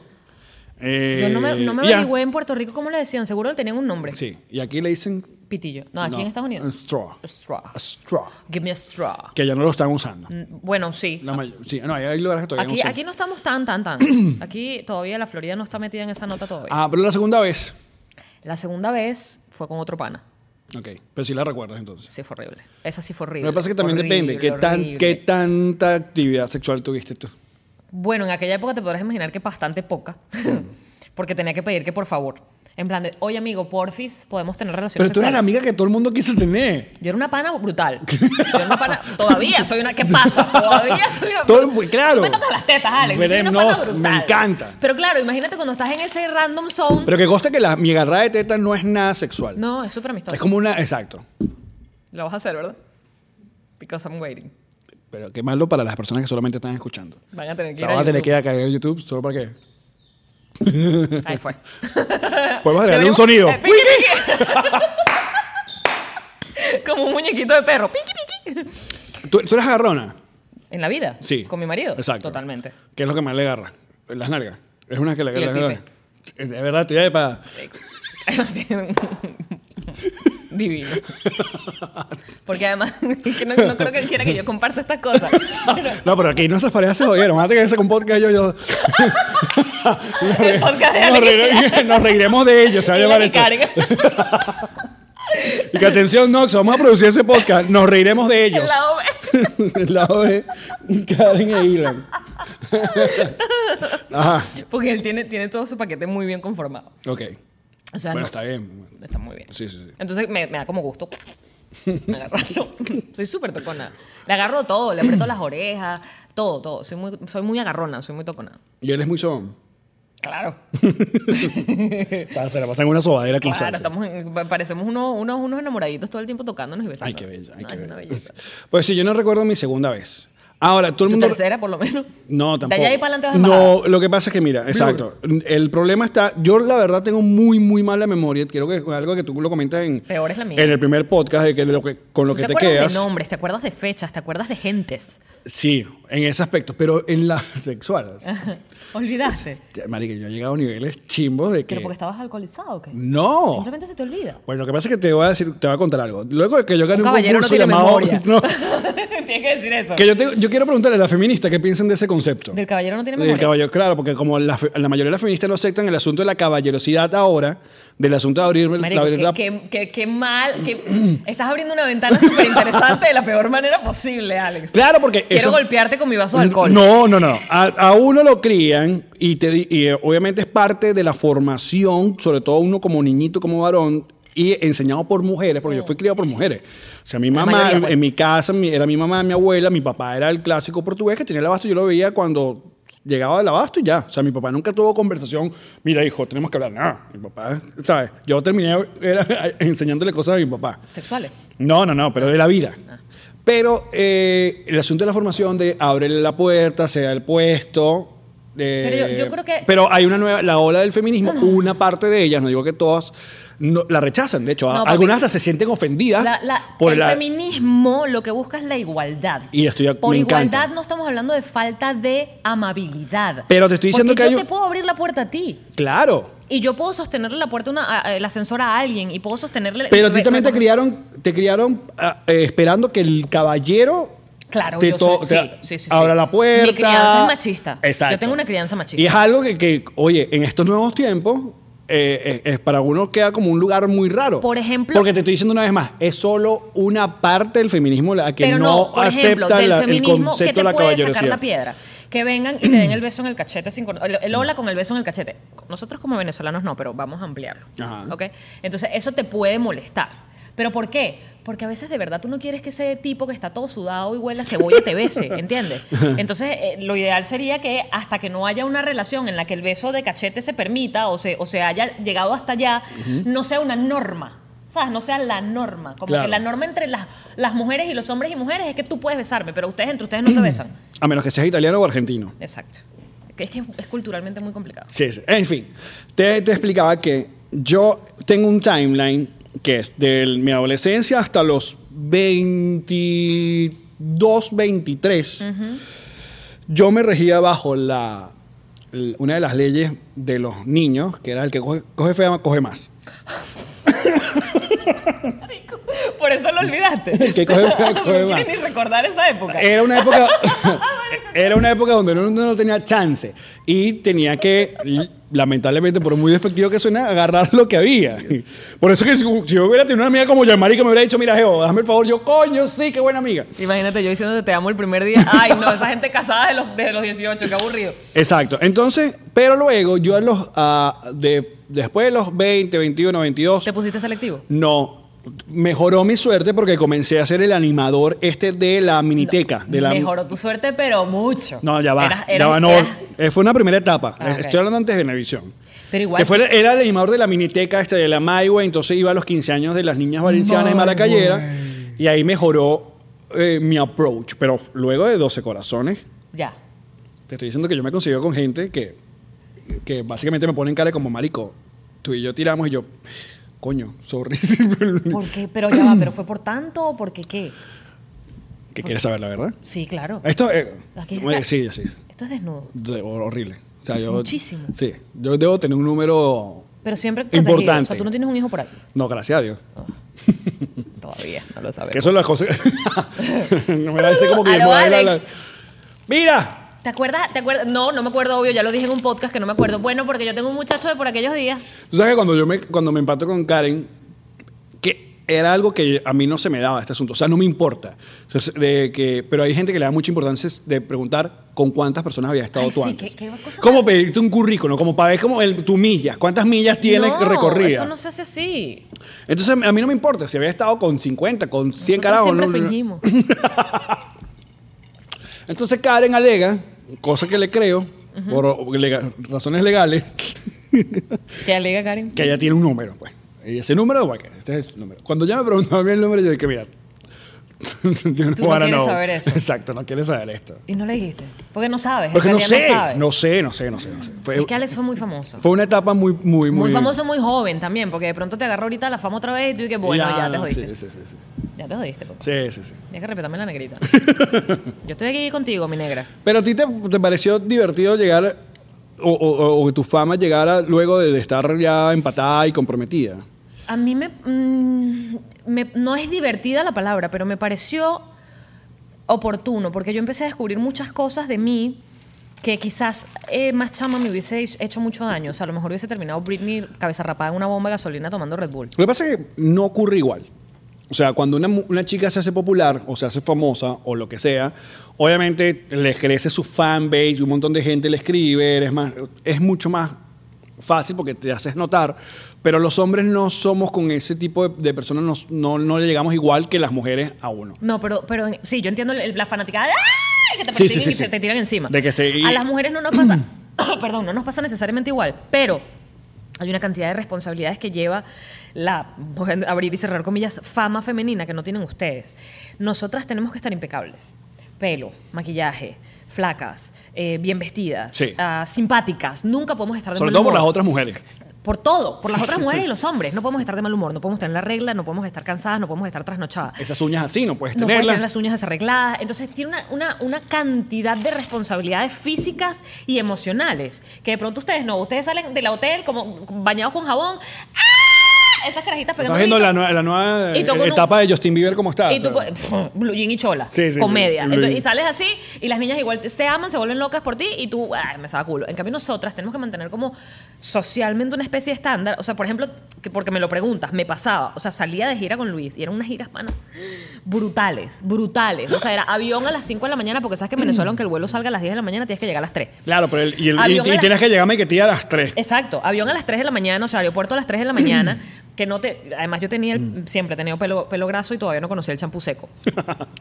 Speaker 2: Eh,
Speaker 3: Yo no me, no me
Speaker 2: ya.
Speaker 3: averigüé en Puerto Rico cómo le decían. Seguro le tenían un nombre.
Speaker 2: Sí, y aquí le dicen...
Speaker 3: Pitillo. No, aquí
Speaker 2: no,
Speaker 3: en Estados
Speaker 2: un
Speaker 3: Unidos.
Speaker 2: Straw.
Speaker 3: Straw.
Speaker 2: A straw.
Speaker 3: Give me a straw.
Speaker 2: Que ya no lo están usando.
Speaker 3: Mm, Bueno, sí.
Speaker 2: La may- sí, no, hay- hay lugares que todavía no
Speaker 3: Aquí,
Speaker 2: usan.
Speaker 3: aquí no estamos tan, tan, tan. Aquí todavía la Florida no está metida en esa nota todavía.
Speaker 2: Ah, pero la segunda vez.
Speaker 3: La segunda vez fue con otro pana.
Speaker 2: Ok, pero si la recuerdas entonces.
Speaker 3: Sí, fue horrible. Esa sí fue horrible.
Speaker 2: Lo que pasa es que también
Speaker 3: Horrible,
Speaker 2: depende qué, tan,
Speaker 3: horrible.
Speaker 2: qué tanta actividad sexual tuviste tú.
Speaker 3: Bueno, en aquella época te podrás imaginar que bastante poca.
Speaker 2: Mm.
Speaker 3: Porque tenía que pedir que por favor. En plan de, oye amigo, porfis, podemos tener relaciones
Speaker 2: Pero tú eras la
Speaker 3: sexuales?".
Speaker 2: amiga que todo el mundo quiso tener.
Speaker 3: Yo era una pana brutal. Yo era una pana. Todavía soy una. ¿Qué pasa? Todavía soy una.
Speaker 2: Todo- pues, claro.
Speaker 3: Tú me tocas las tetas, Alex. Yo soy una
Speaker 2: Veremos,
Speaker 3: pana brutal.
Speaker 2: me encanta.
Speaker 3: Pero claro, imagínate cuando estás en ese random zone.
Speaker 2: Pero que conste que la, mi agarrada de teta no es nada sexual.
Speaker 3: no, es súper amistoso.
Speaker 2: Es como una. Exacto.
Speaker 3: Lo vas a hacer, ¿verdad? Because I'm waiting.
Speaker 2: Pero qué malo para las personas que solamente están escuchando.
Speaker 3: Van a tener
Speaker 2: O
Speaker 3: que
Speaker 2: sea,
Speaker 3: ir a
Speaker 2: vas a tener que ir
Speaker 3: YouTube.
Speaker 2: a caer en YouTube solo para que.
Speaker 3: Ahí fue.
Speaker 2: Podemos agregarle un
Speaker 3: Deberíamos-
Speaker 2: sonido.
Speaker 3: Ah, Eh, piqui, piqui. Como un muñequito de perro. Piqui, piqui.
Speaker 2: ¿Tú, tú eres agarrona?
Speaker 3: En la vida.
Speaker 2: Sí.
Speaker 3: Con mi marido.
Speaker 2: Exacto.
Speaker 3: Totalmente.
Speaker 2: ¿Qué es lo que más le agarra? Las nalgas. Es una que le
Speaker 3: Y el
Speaker 2: agarra. las nalgas. De verdad, tú ya de pa-
Speaker 3: Divino. Porque además, que no, no creo que él quiera que yo comparta estas cosas. Pero
Speaker 2: No, pero aquí nuestras parejas se jodieron. Antes que eso con podcast, yo. yo...
Speaker 3: el podcast de
Speaker 2: nos,
Speaker 3: Alex.
Speaker 2: reiremos, nos reiremos de ellos. Se va a
Speaker 3: y la
Speaker 2: llamar
Speaker 3: de
Speaker 2: esto.
Speaker 3: Karen.
Speaker 2: Y que atención, Nox, vamos a producir ese podcast. Nos reiremos de ellos.
Speaker 3: El lado B.
Speaker 2: El lado de Karen e Ilan. Ajá.
Speaker 3: Porque él tiene, tiene todo su paquete muy bien conformado.
Speaker 2: Ok.
Speaker 3: O sea,
Speaker 2: Bueno,
Speaker 3: no-
Speaker 2: está bien.
Speaker 3: Está muy bien.
Speaker 2: Sí, sí, sí.
Speaker 3: Entonces me, me da como gusto. Me agarrarlo. soy súper tocona. Le agarro todo, le aprieto las orejas, todo, todo. Soy muy, soy muy agarrona, soy muy tocona.
Speaker 2: Y él es muy son.
Speaker 3: Claro,
Speaker 2: Se la pasan una sobadera
Speaker 3: claro.
Speaker 2: constante.
Speaker 3: Estamos en- pa- parecemos unos, unos, unos enamoraditos todo el tiempo tocándonos y besándonos.
Speaker 2: Ay, qué bella. Ay,
Speaker 3: No,
Speaker 2: qué
Speaker 3: es una
Speaker 2: bella.
Speaker 3: belleza.
Speaker 2: Pues sí, yo no recuerdo mi segunda vez. Ahora, todo el
Speaker 3: Tu
Speaker 2: mundo.
Speaker 3: tercera, por lo menos.
Speaker 2: No, tampoco.
Speaker 3: De allá y para adelante vas embajada.
Speaker 2: No, lo que pasa es que mira, exacto. El problema está, yo la verdad tengo muy, muy mala memoria. Creo que es algo que tú lo comentas en,
Speaker 3: Peor es la mía.
Speaker 2: en el primer podcast, de que de lo que, con lo
Speaker 3: ¿Tú
Speaker 2: que
Speaker 3: te,
Speaker 2: te,
Speaker 3: acuerdas
Speaker 2: quedas.
Speaker 3: de nombres, te acuerdas de fechas, te acuerdas de gentes.
Speaker 2: Sí, en ese aspecto, pero en las sexuales.
Speaker 3: Olvidaste.
Speaker 2: Marica, yo he llegado a niveles chimbos de que...
Speaker 3: ¿Pero porque estabas alcoholizado o qué?
Speaker 2: No.
Speaker 3: Simplemente se te olvida.
Speaker 2: Bueno, lo que pasa es que te voy a decir, te voy a contar algo. Luego de que yo gané
Speaker 3: Un
Speaker 2: un,
Speaker 3: caballero no
Speaker 2: concurso
Speaker 3: tiene
Speaker 2: llamado...
Speaker 3: memoria.
Speaker 2: No,
Speaker 3: Tienes que decir eso.
Speaker 2: que yo, tengo- yo quiero preguntarle a la feminista qué piensan de ese concepto.
Speaker 3: Del caballero no tiene
Speaker 2: Del
Speaker 3: memoria.
Speaker 2: caballero, claro, porque como la, fe- la mayoría de las feministas no aceptan el asunto de la caballerosidad ahora, del asunto de abrir,
Speaker 3: Marico,
Speaker 2: abrir
Speaker 3: qué-
Speaker 2: la...
Speaker 3: qué, qué- qué mal. qué- estás abriendo una ventana súper interesante de la peor manera posible, Alex.
Speaker 2: Claro, porque
Speaker 3: Quiero
Speaker 2: eso-
Speaker 3: golpearte con mi vaso de alcohol.
Speaker 2: No, no, no. A, a uno lo crían y, te, di- y, eh, obviamente es parte de la formación, sobre todo uno como niñito, como varón, y enseñado por mujeres, porque yo fui criado por mujeres. O sea, mi
Speaker 3: La
Speaker 2: mamá,
Speaker 3: mayoría,
Speaker 2: en,
Speaker 3: pues.
Speaker 2: en mi casa, mi- era mi mamá, mi abuela, mi papá era el clásico portugués que tenía el abasto, yo lo veía cuando llegaba del abasto y ya. O sea, mi papá nunca tuvo conversación, mira hijo, tenemos que hablar, nada. Mi papá, ¿sabes? Yo terminé era, enseñándole cosas a mi papá.
Speaker 3: Sexuales.
Speaker 2: No, no, no, pero de la vida.
Speaker 3: Ah.
Speaker 2: Pero eh, el asunto de la formación de abrirle la puerta, se da el puesto. eh,
Speaker 3: Pero yo- yo creo que-
Speaker 2: Pero hay una nueva, la ola del feminismo, una parte de ellas, no digo que todas, no- la rechazan. De hecho, a-
Speaker 3: No, papi.
Speaker 2: algunas hasta se sienten ofendidas
Speaker 3: La- la-
Speaker 2: por
Speaker 3: el
Speaker 2: la.
Speaker 3: feminismo lo que busca es la igualdad.
Speaker 2: Y estoy a-
Speaker 3: Por
Speaker 2: me
Speaker 3: igualdad
Speaker 2: encanta.
Speaker 3: no estamos hablando de falta de amabilidad.
Speaker 2: Pero te estoy diciendo
Speaker 3: Porque
Speaker 2: que
Speaker 3: yo
Speaker 2: hay un-
Speaker 3: te puedo abrir la puerta a ti.
Speaker 2: Claro.
Speaker 3: Y yo puedo sostenerle la puerta a una, a- a- el ascensor a alguien y puedo sostenerle...
Speaker 2: Pero a ti
Speaker 3: re-
Speaker 2: también te
Speaker 3: recoger-
Speaker 2: criaron, te criaron ah, eh, esperando que el caballero.
Speaker 3: Claro,
Speaker 2: te
Speaker 3: yo
Speaker 2: to-
Speaker 3: soy-
Speaker 2: te
Speaker 3: sí, sí, sí, sí.
Speaker 2: abra la puerta.
Speaker 3: Mi crianza es machista.
Speaker 2: Exacto.
Speaker 3: Yo tengo una crianza machista.
Speaker 2: Y es algo que, que, oye, en estos nuevos tiempos eh, es- es- para uno queda como un lugar muy raro.
Speaker 3: Por ejemplo-
Speaker 2: Porque te estoy diciendo una vez más, es solo una parte del feminismo la que
Speaker 3: Pero
Speaker 2: no,
Speaker 3: no, por ejemplo,
Speaker 2: acepta
Speaker 3: del
Speaker 2: la- el
Speaker 3: feminismo que
Speaker 2: concepto
Speaker 3: te
Speaker 2: de la
Speaker 3: puede sacar la
Speaker 2: caballerosidad.
Speaker 3: piedra. Que vengan y te den el beso en el cachete, sin, con- el, el hola con el beso en el cachete. Nosotros como venezolanos no, pero vamos a ampliarlo.
Speaker 2: Ajá.
Speaker 3: ¿ok? Entonces eso te puede molestar. ¿Pero por qué? Porque a veces de verdad tú no quieres que ese tipo que está todo sudado y huele a cebolla te bese, ¿entiendes? Entonces eh, lo ideal sería que hasta que no haya una relación en la que el beso de cachete se permita o se, o se haya llegado hasta allá, no sea una norma. ¿Sabes? No sea la norma. Como
Speaker 2: Claro.
Speaker 3: que la norma entre las, las mujeres y los hombres y mujeres es que tú puedes besarme, pero ustedes entre ustedes no se besan.
Speaker 2: A menos que seas italiano o argentino.
Speaker 3: Exacto. Que Es que es culturalmente muy complicado.
Speaker 2: Sí, sí. En fin, te, te explicaba que yo tengo un timeline que es de mi adolescencia hasta los 22, 23. Yo me regía bajo la, l- una de las leyes de los niños, que era el que coge, coge fea, coge más.
Speaker 3: Por eso lo olvidaste.
Speaker 2: Que coge- coge
Speaker 3: no
Speaker 2: más. Eh.
Speaker 3: quieres ni recordar esa época.
Speaker 2: Era una época, era una época donde uno no tenía chance y tenía que, l- lamentablemente, por muy despectivo que suena, agarrar lo que había. Por eso que si, si yo hubiera tenido una amiga como Yamari que me hubiera dicho, mira, Geo, dame el favor, yo, coño, sí, qué buena amiga.
Speaker 3: Imagínate yo diciéndote te amo el primer día. Ay, no, esa gente casada de los, de los 18, qué aburrido.
Speaker 2: Exacto. Entonces, pero luego yo a los, a- de, después de los 20, 21, 22,
Speaker 3: ¿Te pusiste selectivo?
Speaker 2: no. Mejoró mi suerte porque comencé a ser el animador este de la miniteca. de la,
Speaker 3: Mejoró tu suerte, pero mucho.
Speaker 2: No, ya va.
Speaker 3: Eras-
Speaker 2: ya
Speaker 3: eras-
Speaker 2: va, no.
Speaker 3: eras-
Speaker 2: Eh, Fue una primera etapa.
Speaker 3: Ah,
Speaker 2: Eh,
Speaker 3: ok.
Speaker 2: Estoy hablando antes de Venevisión.
Speaker 3: Pero igual
Speaker 2: Que
Speaker 3: sí.
Speaker 2: fue- era el animador de la miniteca, este, de la Maiwe, entonces iba a los 15 años de las niñas valencianas y maracayera. Y ahí mejoró eh, mi approach. Pero f- luego de 12 corazones,
Speaker 3: Ya.
Speaker 2: te estoy diciendo que yo me consigo con gente que, que básicamente me ponen cara como marico. Tú y yo tiramos y yo, coño, sorry.
Speaker 3: ¿Por qué? Pero ya va, ¿pero fue por tanto o porque qué?
Speaker 2: ¿Qué quieres saber, la verdad?
Speaker 3: Sí, claro.
Speaker 2: Esto eh,
Speaker 3: Aquí está.
Speaker 2: bueno, sí, sí.
Speaker 3: Esto es desnudo.
Speaker 2: De- Horrible. O sea, yo,
Speaker 3: Muchísimo.
Speaker 2: Sí. Yo debo tener un número
Speaker 3: Pero siempre protegido.
Speaker 2: Importante.
Speaker 3: O sea, tú no tienes un hijo por ahí.
Speaker 2: No, gracias a Dios.
Speaker 3: Todavía, no lo
Speaker 2: Que
Speaker 3: sabemos.
Speaker 2: eso es la cosa. no me la dice como que
Speaker 3: Aló,
Speaker 2: yo me voy a la-
Speaker 3: Alex.
Speaker 2: Mira,
Speaker 3: ¿Te acuerdas? ¿Te acuerdas? No, no me acuerdo, obvio. Ya lo dije en un podcast que no me acuerdo. Bueno, porque yo tengo un muchacho de por aquellos días.
Speaker 2: tú sabes que cuando yo me cuando me empato con Karen que era algo que a mí no se me daba este asunto, o sea, no me importa. O sea, de que, pero hay gente que le da mucha importancia de preguntar con cuántas personas había estado
Speaker 3: Ay,
Speaker 2: tú
Speaker 3: sí,
Speaker 2: antes.
Speaker 3: qué- qué cosa
Speaker 2: como
Speaker 3: tan-
Speaker 2: pedirte un currículo, como para ver como el, tu millas, cuántas millas tienes
Speaker 3: no,
Speaker 2: recorridas.
Speaker 3: Eso no se hace así.
Speaker 2: Entonces a mí no me importa si había estado con 50, con 100
Speaker 3: Nosotros
Speaker 2: carajos.
Speaker 3: Siempre
Speaker 2: no- no-
Speaker 3: fingimos.
Speaker 2: Entonces Karen alega, cosa que le creo, por o- lega- razones legales,
Speaker 3: ¿Qué alega Karen?
Speaker 2: que ella tiene un número, pues. Y ese número, bueno, este es el número. Cuando ya me preguntaba bien el número, yo dije, mira, yo no,
Speaker 3: Tú no
Speaker 2: wanna
Speaker 3: quieres
Speaker 2: know.
Speaker 3: saber eso.
Speaker 2: Exacto, no quieres saber esto.
Speaker 3: Y no le dijiste. Porque no sabes. en
Speaker 2: Porque no
Speaker 3: realidad
Speaker 2: sé,
Speaker 3: sabes.
Speaker 2: no sé, no sé, no sé, no sé. Fue,
Speaker 3: Es que Alex fue muy famoso.
Speaker 2: fue una etapa muy, muy, muy...
Speaker 3: muy, famoso, muy joven también. Porque de pronto te agarró ahorita la fama otra vez y tú dices, bueno, ya, te
Speaker 2: no,
Speaker 3: jodiste.
Speaker 2: Sí, sí, sí. sí.
Speaker 3: Ya te jodiste, papá.
Speaker 2: Sí, sí, sí.
Speaker 3: Tienes que respetarme la negrita. Yo estoy aquí contigo, mi negra.
Speaker 2: Pero a ti te, te pareció divertido llegar, o, o- o- o que tu fama llegara luego de, de estar ya empatada y comprometida.
Speaker 3: A mí me, mm, me- No es divertida la palabra, pero me pareció oportuno, porque yo empecé a descubrir muchas cosas de mí que quizás eh, más chama me hubiese hecho mucho daño. O sea, a lo mejor hubiese terminado Britney cabeza rapada en una bomba de gasolina tomando Red Bull.
Speaker 2: Lo que pasa es que no ocurre igual. O sea, cuando una, mu- una chica se hace popular o se hace famosa o lo que sea, obviamente les crece su fanbase, un montón de gente le escribe, eres más, es mucho más fácil porque te haces notar, pero los hombres no somos con ese tipo de, de personas, nos- no, no le llegamos igual que las mujeres a uno.
Speaker 3: No, pero, pero en- sí, yo entiendo el- la fanaticada de, ¡ay! que te
Speaker 2: Sí,
Speaker 3: persiguen
Speaker 2: sí, sí,
Speaker 3: y se
Speaker 2: sí.
Speaker 3: te tiran encima.
Speaker 2: De que se- y-
Speaker 3: A las mujeres no nos pasa, perdón, no nos pasa necesariamente igual, pero hay una cantidad de responsabilidades que lleva la, voy a abrir y cerrar comillas, fama femenina que no tienen ustedes. Nosotras tenemos que estar impecables. Pelo, maquillaje, flacas, eh, bien vestidas,
Speaker 2: Sí.
Speaker 3: ah, simpáticas. Nunca podemos estar de
Speaker 2: Sobre
Speaker 3: mal
Speaker 2: todo por
Speaker 3: humor.
Speaker 2: las otras mujeres.
Speaker 3: Por todo, por las otras mujeres y los hombres. No podemos estar de mal humor, no podemos estar en la regla, no podemos estar cansadas, no podemos estar trasnochadas
Speaker 2: Esas uñas así, no puedes
Speaker 3: no puedes
Speaker 2: tenerlas.
Speaker 3: tener las uñas desarregladas. Entonces tiene una, una- una cantidad de responsabilidades físicas y emocionales que de pronto ustedes no. Ustedes salen del hotel como bañados con jabón. ¡Ah! esas carajitas
Speaker 2: Estás
Speaker 3: pegando
Speaker 2: viendo la,
Speaker 3: gritos.
Speaker 2: nue- la nueva
Speaker 3: Y tú
Speaker 2: eh,
Speaker 3: con un-
Speaker 2: etapa de Justin Bieber como está.
Speaker 3: Y
Speaker 2: o
Speaker 3: tú,
Speaker 2: sea.
Speaker 3: co- blue jean y chola,
Speaker 2: Sí, sí,
Speaker 3: comedia.
Speaker 2: blue- blue
Speaker 3: Entonces,
Speaker 2: jean.
Speaker 3: y sales así y las niñas igual te- se aman, se vuelven locas por ti y tú, "Ay, me saca culo. En cambio, nosotras tenemos que mantener como socialmente una especie de estándar. O sea, por ejemplo, que porque me lo preguntas, me pasaba. O sea, salía de gira con Luis y eran unas giras, pana, brutales, brutales. O sea, era avión a las 5 de la mañana porque sabes que en Venezuela, aunque el vuelo salga a las 10 de la mañana, tienes que llegar a las 3.
Speaker 2: Claro, pero el- y, el- y-
Speaker 3: Avión
Speaker 2: y
Speaker 3: a la-
Speaker 2: tienes que llegar a Maiquetía a las 3.
Speaker 3: Exacto, avión a las 3 de la mañana, o sea, aeropuerto a las 3 de la mañana, que no te... Además yo tenía, el- siempre he tenido pelo, pelo graso y todavía no conocía el champú seco.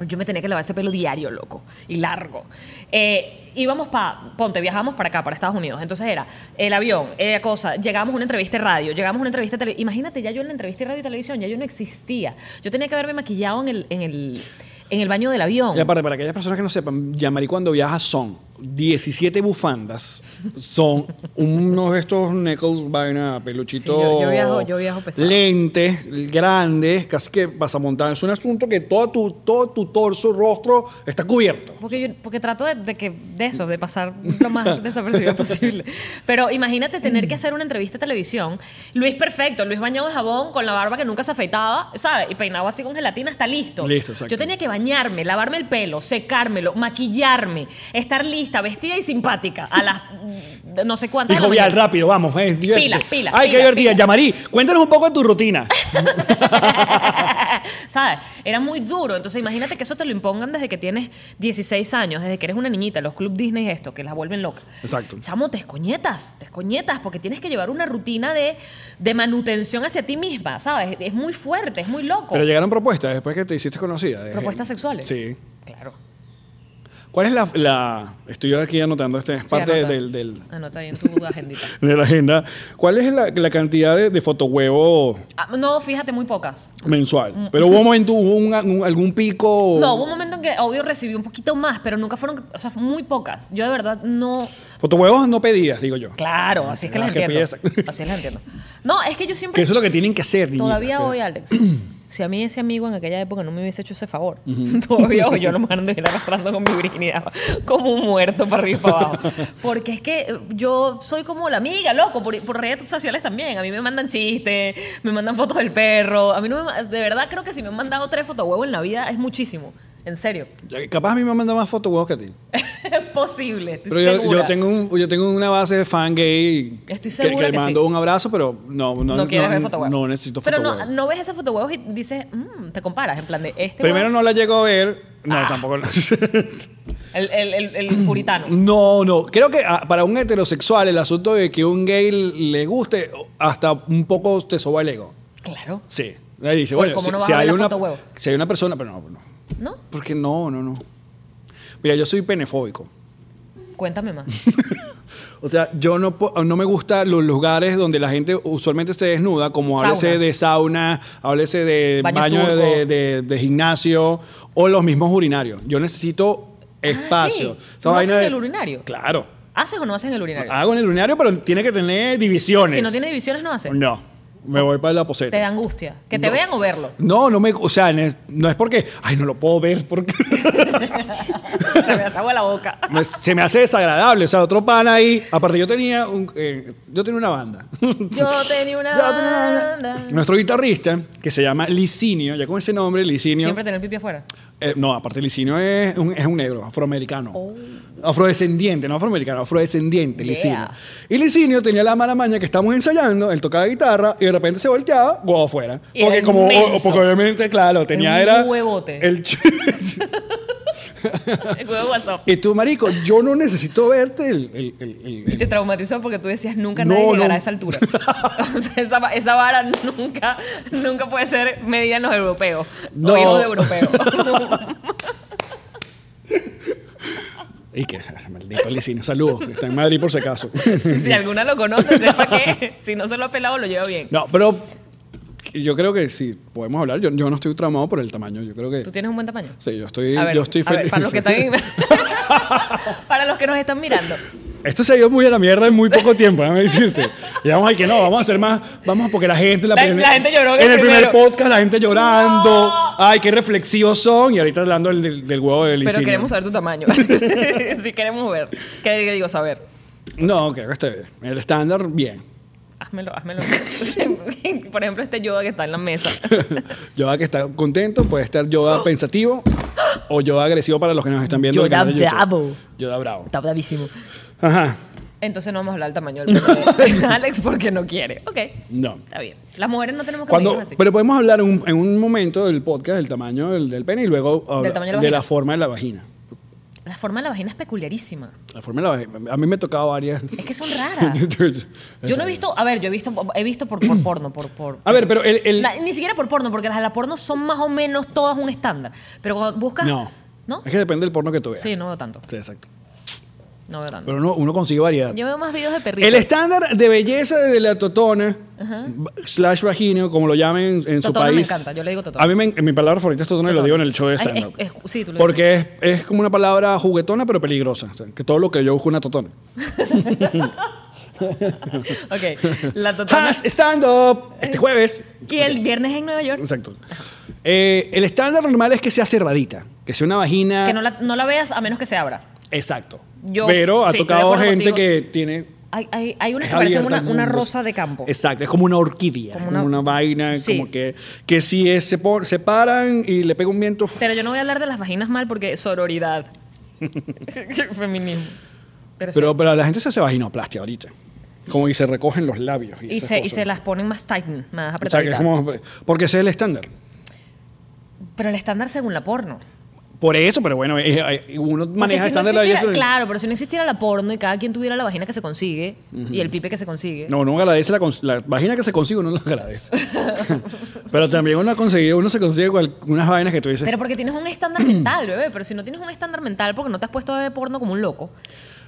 Speaker 3: Yo me tenía que lavar ese pelo diario, loco, y largo. Eh, íbamos para, ponte, viajamos para acá, para Estados Unidos. Entonces era el avión, eh, cosa, llegamos a una entrevista de radio, llegamos a una entrevista de televisión. Imagínate, ya yo en la entrevista de radio y televisión, ya yo no existía. Yo tenía que haberme maquillado en el... En el en el baño del avión.
Speaker 2: Y aparte, para aquellas personas que no sepan, Yamari cuando viaja son 17 bufandas, son unos de estos necklace, vaina, peluchito,
Speaker 3: Sí, yo- yo viajo- yo viajo pesado.
Speaker 2: lentes grandes, casi que pasamontadas. Es un asunto que todo tu, todo tu torso, rostro está cubierto.
Speaker 3: Porque, yo, porque trato de, de que, de eso, de pasar lo más desapercibido posible. Pero imagínate tener que hacer una entrevista de televisión. Luis perfecto, Luis bañado de jabón, con la barba que nunca se afeitaba, ¿sabes? Y peinado así con gelatina, está listo.
Speaker 2: Listo, exacto.
Speaker 3: Yo tenía que bañarme, lavarme el pelo, secármelo, maquillarme, estar lista, vestida y simpática a las mm, no sé cuántas. de la
Speaker 2: Dijo, ya,
Speaker 3: mañana".
Speaker 2: rápido, vamos, eh, diviértete".
Speaker 3: Pila, pila,
Speaker 2: Ay, qué
Speaker 3: pila,
Speaker 2: divertida.
Speaker 3: pila.
Speaker 2: Yamari, cuéntanos un poco de tu rutina.
Speaker 3: ¿Sabes? Era muy duro. Entonces, imagínate que eso te lo impongan desde que tienes 16 años, desde que eres una niñita, los Club Disney, esto, que las vuelven locas.
Speaker 2: Exacto.
Speaker 3: Chamo, te escoñetas, te escoñetas, porque tienes que llevar una rutina de, de manutención hacia ti misma, ¿sabes? Es muy fuerte, es muy loco.
Speaker 2: Pero llegaron propuestas después que te hiciste conocida. de-
Speaker 3: Propuestas sexuales.
Speaker 2: Sí.
Speaker 3: Claro.
Speaker 2: ¿Cuál es la, la- Estoy yo aquí anotando, este es
Speaker 3: Sí,
Speaker 2: parte
Speaker 3: anota.
Speaker 2: del- del,
Speaker 3: Anota ahí en tu agendita.
Speaker 2: de la agenda. ¿Cuál es la, la cantidad de, de fotohuevo
Speaker 3: Ah, no, fíjate, muy pocas.
Speaker 2: mensual? Pero hubo un momento, hubo un- un- algún pico.
Speaker 3: Mm. No, hubo un momento en que, obvio, recibí un poquito más, pero nunca fueron, o sea, muy pocas. Yo de verdad no,
Speaker 2: Fotohuevos no pedías, digo yo.
Speaker 3: Claro, así es que
Speaker 2: Ah,
Speaker 3: las
Speaker 2: qué
Speaker 3: entiendo.
Speaker 2: belleza.
Speaker 3: Así es que las entiendo. No, es que yo siempre.
Speaker 2: Que eso es lo que tienen que hacer, niñitas,
Speaker 3: Todavía
Speaker 2: pero-
Speaker 3: hoy, Alex, si a mí ese amigo en aquella época no me hubiese hecho ese favor, todavía hoy yo no me ando ir arrastrando con mi virginidad como un muerto para arriba y para abajo. Porque es que eh, yo soy como la amiga, loco, por, por redes sociales también. A mí me mandan chistes, me mandan fotos del perro. A mí no me ma- De verdad creo que si me han mandado tres fotohuevos en la vida es muchísimo. En serio.
Speaker 2: Capaz a mí me manda más fotohuevos que a ti.
Speaker 3: Es posible, estoy
Speaker 2: Pero yo,
Speaker 3: segura.
Speaker 2: yo tengo un- yo tengo una base de fan gay.
Speaker 3: Estoy
Speaker 2: que- Que,
Speaker 3: segura
Speaker 2: le
Speaker 3: que
Speaker 2: mando
Speaker 3: sí.
Speaker 2: un abrazo, pero no. No,
Speaker 3: No, quieres
Speaker 2: no-
Speaker 3: ver fotohuevos.
Speaker 2: No necesito
Speaker 3: Pero
Speaker 2: fotohuevos.
Speaker 3: no, no ves esos fotohuevos y dices, "Mm", te Ah. comparas, en plan de este.
Speaker 2: Primero
Speaker 3: huevo-
Speaker 2: no la llego a ver. No, tampoco.
Speaker 3: El, el, el, el puritano.
Speaker 2: No, no. Creo que ah, para un heterosexual el asunto de que un gay le guste hasta un poco te soba el ego.
Speaker 3: Claro.
Speaker 2: Sí. Ahí dice,
Speaker 3: Porque
Speaker 2: bueno,
Speaker 3: como
Speaker 2: si,
Speaker 3: no vas
Speaker 2: si
Speaker 3: a ver
Speaker 2: hay
Speaker 3: la
Speaker 2: una,
Speaker 3: foto, huevo.
Speaker 2: si hay una persona, pero no, no.
Speaker 3: ¿No?
Speaker 2: Porque no, no, no. Mira, yo soy penefóbico.
Speaker 3: Cuéntame más.
Speaker 2: O sea, yo no, po- no me gustan los lugares donde la gente usualmente se desnuda, como
Speaker 3: Saunas.
Speaker 2: háblese de sauna, háblese de
Speaker 3: Baños
Speaker 2: baño
Speaker 3: turcos.
Speaker 2: de, de- de gimnasio o los mismos urinarios. Yo necesito espacio.
Speaker 3: Ah, sí.
Speaker 2: Esa
Speaker 3: ¿No
Speaker 2: vaina
Speaker 3: hacen
Speaker 2: de-
Speaker 3: el urinario?
Speaker 2: Claro.
Speaker 3: ¿Haces o no haces en el urinario?
Speaker 2: Hago en el urinario, pero tiene que tener divisiones.
Speaker 3: Si no tiene divisiones, no haces.
Speaker 2: No. Me voy para la poseta.
Speaker 3: Te da angustia. Que te
Speaker 2: No.
Speaker 3: vean o verlo.
Speaker 2: No, no me. O sea, ne- no es porque. Ay, no lo puedo ver porque.
Speaker 3: Se me desagua la boca.
Speaker 2: me- se me hace desagradable. O sea, otro pan ahí. Aparte, yo tenía. un- eh, yo tenía una banda.
Speaker 3: Yo tenía una
Speaker 2: Yo tenía una
Speaker 3: banda.
Speaker 2: banda. Nuestro guitarrista, que se llama Licinio, ya con ese nombre, Licinio.
Speaker 3: Siempre tener pipi afuera.
Speaker 2: eh, no, aparte, Licinio es un, es un negro, afroamericano.
Speaker 3: Oh.
Speaker 2: Afrodescendiente, no afroamericano, afrodescendiente,
Speaker 3: Yeah.
Speaker 2: Licinio. Y Licinio tenía la mala maña que estábamos ensayando, él tocaba guitarra y de repente se volteaba, huevo afuera.
Speaker 3: Era
Speaker 2: Porque, como,
Speaker 3: inmenso.
Speaker 2: o- porque obviamente, claro, tenía
Speaker 3: un
Speaker 2: era.
Speaker 3: huevote.
Speaker 2: El ch-
Speaker 3: El huevo WhatsApp.
Speaker 2: Y tú, marico, yo no necesito verte el... el- el- el-
Speaker 3: Y te traumatizó porque tú decías nunca
Speaker 2: No,
Speaker 3: nadie llegará
Speaker 2: no.
Speaker 3: a esa altura. o sea, esa, va- esa vara nunca, nunca puede ser medida en los europeos.
Speaker 2: No.
Speaker 3: O hijos de europeos.
Speaker 2: Y que, ah, maldito Licino, saludos, está en Madrid por si acaso.
Speaker 3: si alguna lo conoce, sepa que si no se lo ha pelado, lo lleva bien.
Speaker 2: No, pero yo creo que si podemos hablar, yo, yo no estoy tramado por el tamaño, yo creo que...
Speaker 3: ¿Tú tienes un buen tamaño?
Speaker 2: Sí, yo estoy,
Speaker 3: A ver,
Speaker 2: yo estoy
Speaker 3: a ver,
Speaker 2: feliz.
Speaker 3: para, los que están- para los que nos están mirando.
Speaker 2: Esto se ha ido muy a la mierda en muy poco tiempo, déjame decirte. Y vamos ahí que no, vamos a hacer más, vamos porque la gente...
Speaker 3: La-
Speaker 2: primer-
Speaker 3: la gente lloró en
Speaker 2: En
Speaker 3: el
Speaker 2: el primer
Speaker 3: primero.
Speaker 2: podcast, la gente llorando.
Speaker 3: No.
Speaker 2: Ay, qué reflexivos son. Y ahorita hablando del, del- del huevo del
Speaker 3: Pero
Speaker 2: Licinio.
Speaker 3: queremos saber tu tamaño. si queremos ver. ¿Qué digo saber?
Speaker 2: No, creo que está bien. El estándar, bien.
Speaker 3: Házmelo, házmelo. Por ejemplo, este yoga que está en la mesa.
Speaker 2: Yoda que está contento, puede estar Yoda pensativo o Yoda agresivo para los que nos están viendo. en el
Speaker 3: Yoda
Speaker 2: canal de YouTube.
Speaker 3: bravo.
Speaker 2: Yoda bravo.
Speaker 3: Está bravísimo.
Speaker 2: Ajá.
Speaker 3: Entonces no vamos a hablar del tamaño del pene de Alex porque no quiere. Ok.
Speaker 2: No.
Speaker 3: Está bien. Las mujeres no tenemos que
Speaker 2: Cuando,
Speaker 3: medirnos así.
Speaker 2: pero podemos hablar en un, en un momento del podcast del tamaño del, del pene y luego habla-
Speaker 3: tamaño de
Speaker 2: de,
Speaker 3: la
Speaker 2: la
Speaker 3: vagina.
Speaker 2: forma de la vagina.
Speaker 3: La forma de la vagina es peculiarísima.
Speaker 2: La forma de la vagina. A mí me ha tocado varias.
Speaker 3: Es que son raras. Yo no he visto, a ver, yo he visto, he visto por, por porno, por, por-
Speaker 2: A ver, pero el. el-
Speaker 3: la- ni siquiera por porno, porque las de la porno son más o menos todas un estándar. Pero cuando buscas,
Speaker 2: no.
Speaker 3: ¿no?
Speaker 2: Es que depende del porno que tú veas.
Speaker 3: Sí, no veo tanto,
Speaker 2: Sí, exacto.
Speaker 3: no veo tanto.
Speaker 2: Pero uno, uno consigue variedad.
Speaker 3: Yo veo más videos de perritos.
Speaker 2: El estándar de belleza de la totona, ba- slash vagina, como lo llamen en su
Speaker 3: Totona me
Speaker 2: país.
Speaker 3: encanta, yo le digo totona.
Speaker 2: A mí me- mi palabra favorita es totona, y lo
Speaker 3: Totona.
Speaker 2: digo en el show de
Speaker 3: Ay,
Speaker 2: stand up.
Speaker 3: es- es- sí, tú lo
Speaker 2: Porque es, es como una palabra juguetona, pero peligrosa. O sea, que todo lo que yo busco es una totona.
Speaker 3: Ok, la total.
Speaker 2: Hash stand up este jueves.
Speaker 3: y el viernes en Nueva York,
Speaker 2: Exacto. Eh, el estándar normal es que sea cerradita, que sea una vagina.
Speaker 3: que no la, no la veas a menos que se abra.
Speaker 2: Exacto.
Speaker 3: Yo-
Speaker 2: pero ha
Speaker 3: sí, estoy de
Speaker 2: tocado
Speaker 3: acuerdo
Speaker 2: gente
Speaker 3: contigo.
Speaker 2: que tiene
Speaker 3: Hay, hay, hay unas
Speaker 2: Es
Speaker 3: que parecen
Speaker 2: abierta
Speaker 3: una,
Speaker 2: al
Speaker 3: una
Speaker 2: mundo.
Speaker 3: rosa de campo.
Speaker 2: Exacto, es como una orquídea,
Speaker 3: Como
Speaker 2: como una,
Speaker 3: una-
Speaker 2: vaina,
Speaker 3: Sí.
Speaker 2: como que, que si es- se, por- se paran y le pega un viento.
Speaker 3: Pero yo no voy a hablar de las vaginas mal porque sororidad. Feminismo. Pero, sí.
Speaker 2: pero, pero la gente se hace vaginoplastia ahorita. Como y se recogen los labios. Y,
Speaker 3: y,
Speaker 2: esas
Speaker 3: se, y
Speaker 2: cosas.
Speaker 3: se las ponen más tight, más
Speaker 2: O sea, que
Speaker 3: apretaditas.
Speaker 2: es como- porque ese es el estándar.
Speaker 3: Pero el estándar según la porno.
Speaker 2: Por eso, pero bueno, eh, eh, uno
Speaker 3: Porque
Speaker 2: maneja
Speaker 3: si no
Speaker 2: estándar de la
Speaker 3: existiera,
Speaker 2: belleza.
Speaker 3: claro, pero si no existiera la porno y cada quien tuviera la vagina que se consigue y el pipe que se consigue.
Speaker 2: No, uno agradece la, cons- la vagina que se consigue, uno la agradece. pero también uno ha conseguido, uno se consigue cual- unas vainas que tú dices.
Speaker 3: Pero porque tienes un estándar mental, bebé. Pero si no tienes un estándar mental porque no te has puesto a ver porno como un loco.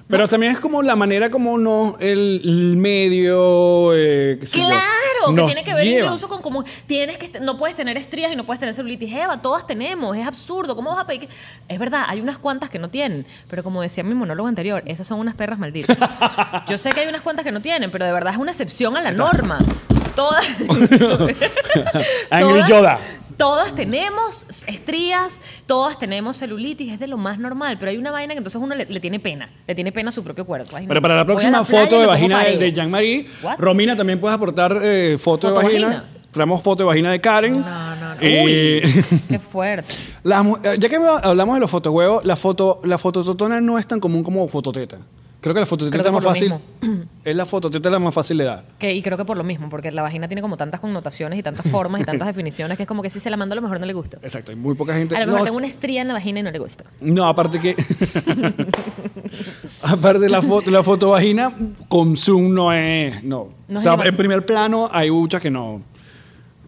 Speaker 2: Pero también es como la manera como no el, el medio. eh, qué sé yo,
Speaker 3: Claro, que
Speaker 2: nos
Speaker 3: tiene que ver
Speaker 2: lleva.
Speaker 3: incluso con cómo tienes que est- no puedes tener estrías y no puedes tener celulitis, Eva, todas tenemos, es absurdo, ¿cómo vas a pedir? que- Es verdad, hay unas cuantas que no tienen, pero como decía mi monólogo anterior, esas son unas perras malditas. Yo sé que hay unas cuantas que no tienen, pero de verdad es una excepción a la norma. Todas
Speaker 2: Angry
Speaker 3: todas-
Speaker 2: Yoda.
Speaker 3: Todas tenemos estrías, todas tenemos celulitis, es de lo más normal, pero hay una vaina que entonces uno le, le tiene pena, le tiene pena a su propio cuerpo. Ay,
Speaker 2: Pero
Speaker 3: no,
Speaker 2: para la
Speaker 3: voy a
Speaker 2: próxima
Speaker 3: playa y
Speaker 2: foto de
Speaker 3: me pongo
Speaker 2: vagina de,
Speaker 3: pareo.
Speaker 2: de Jean-Marie,
Speaker 3: What?
Speaker 2: Romina también puedes aportar eh, foto, de
Speaker 3: Foto
Speaker 2: vagina.
Speaker 3: vagina.
Speaker 2: Traemos foto de vagina de Karen.
Speaker 3: No, no, no.
Speaker 2: Eh,
Speaker 3: Uy, qué fuerte.
Speaker 2: las mu- eh, ya que hablamos de los fotohuevos, la foto la fotototona no es tan común como fototeta. Creo que la fototeta
Speaker 3: Creo que
Speaker 2: es más
Speaker 3: por lo
Speaker 2: fácil. Es la fototeta la más fácil de dar.
Speaker 3: Que- y creo que por lo mismo, porque la vagina tiene como tantas connotaciones y tantas formas y tantas definiciones que es como que si se la mando a lo mejor no le gusta.
Speaker 2: Exacto, hay muy poca gente.
Speaker 3: A lo mejor
Speaker 2: No,
Speaker 3: tengo una estría en la vagina y no le gusta.
Speaker 2: No, aparte que. aparte la foto, la fotovagina con zoom no es. No.
Speaker 3: No
Speaker 2: o
Speaker 3: es
Speaker 2: sea,
Speaker 3: llamativo.
Speaker 2: en primer plano hay muchas que no.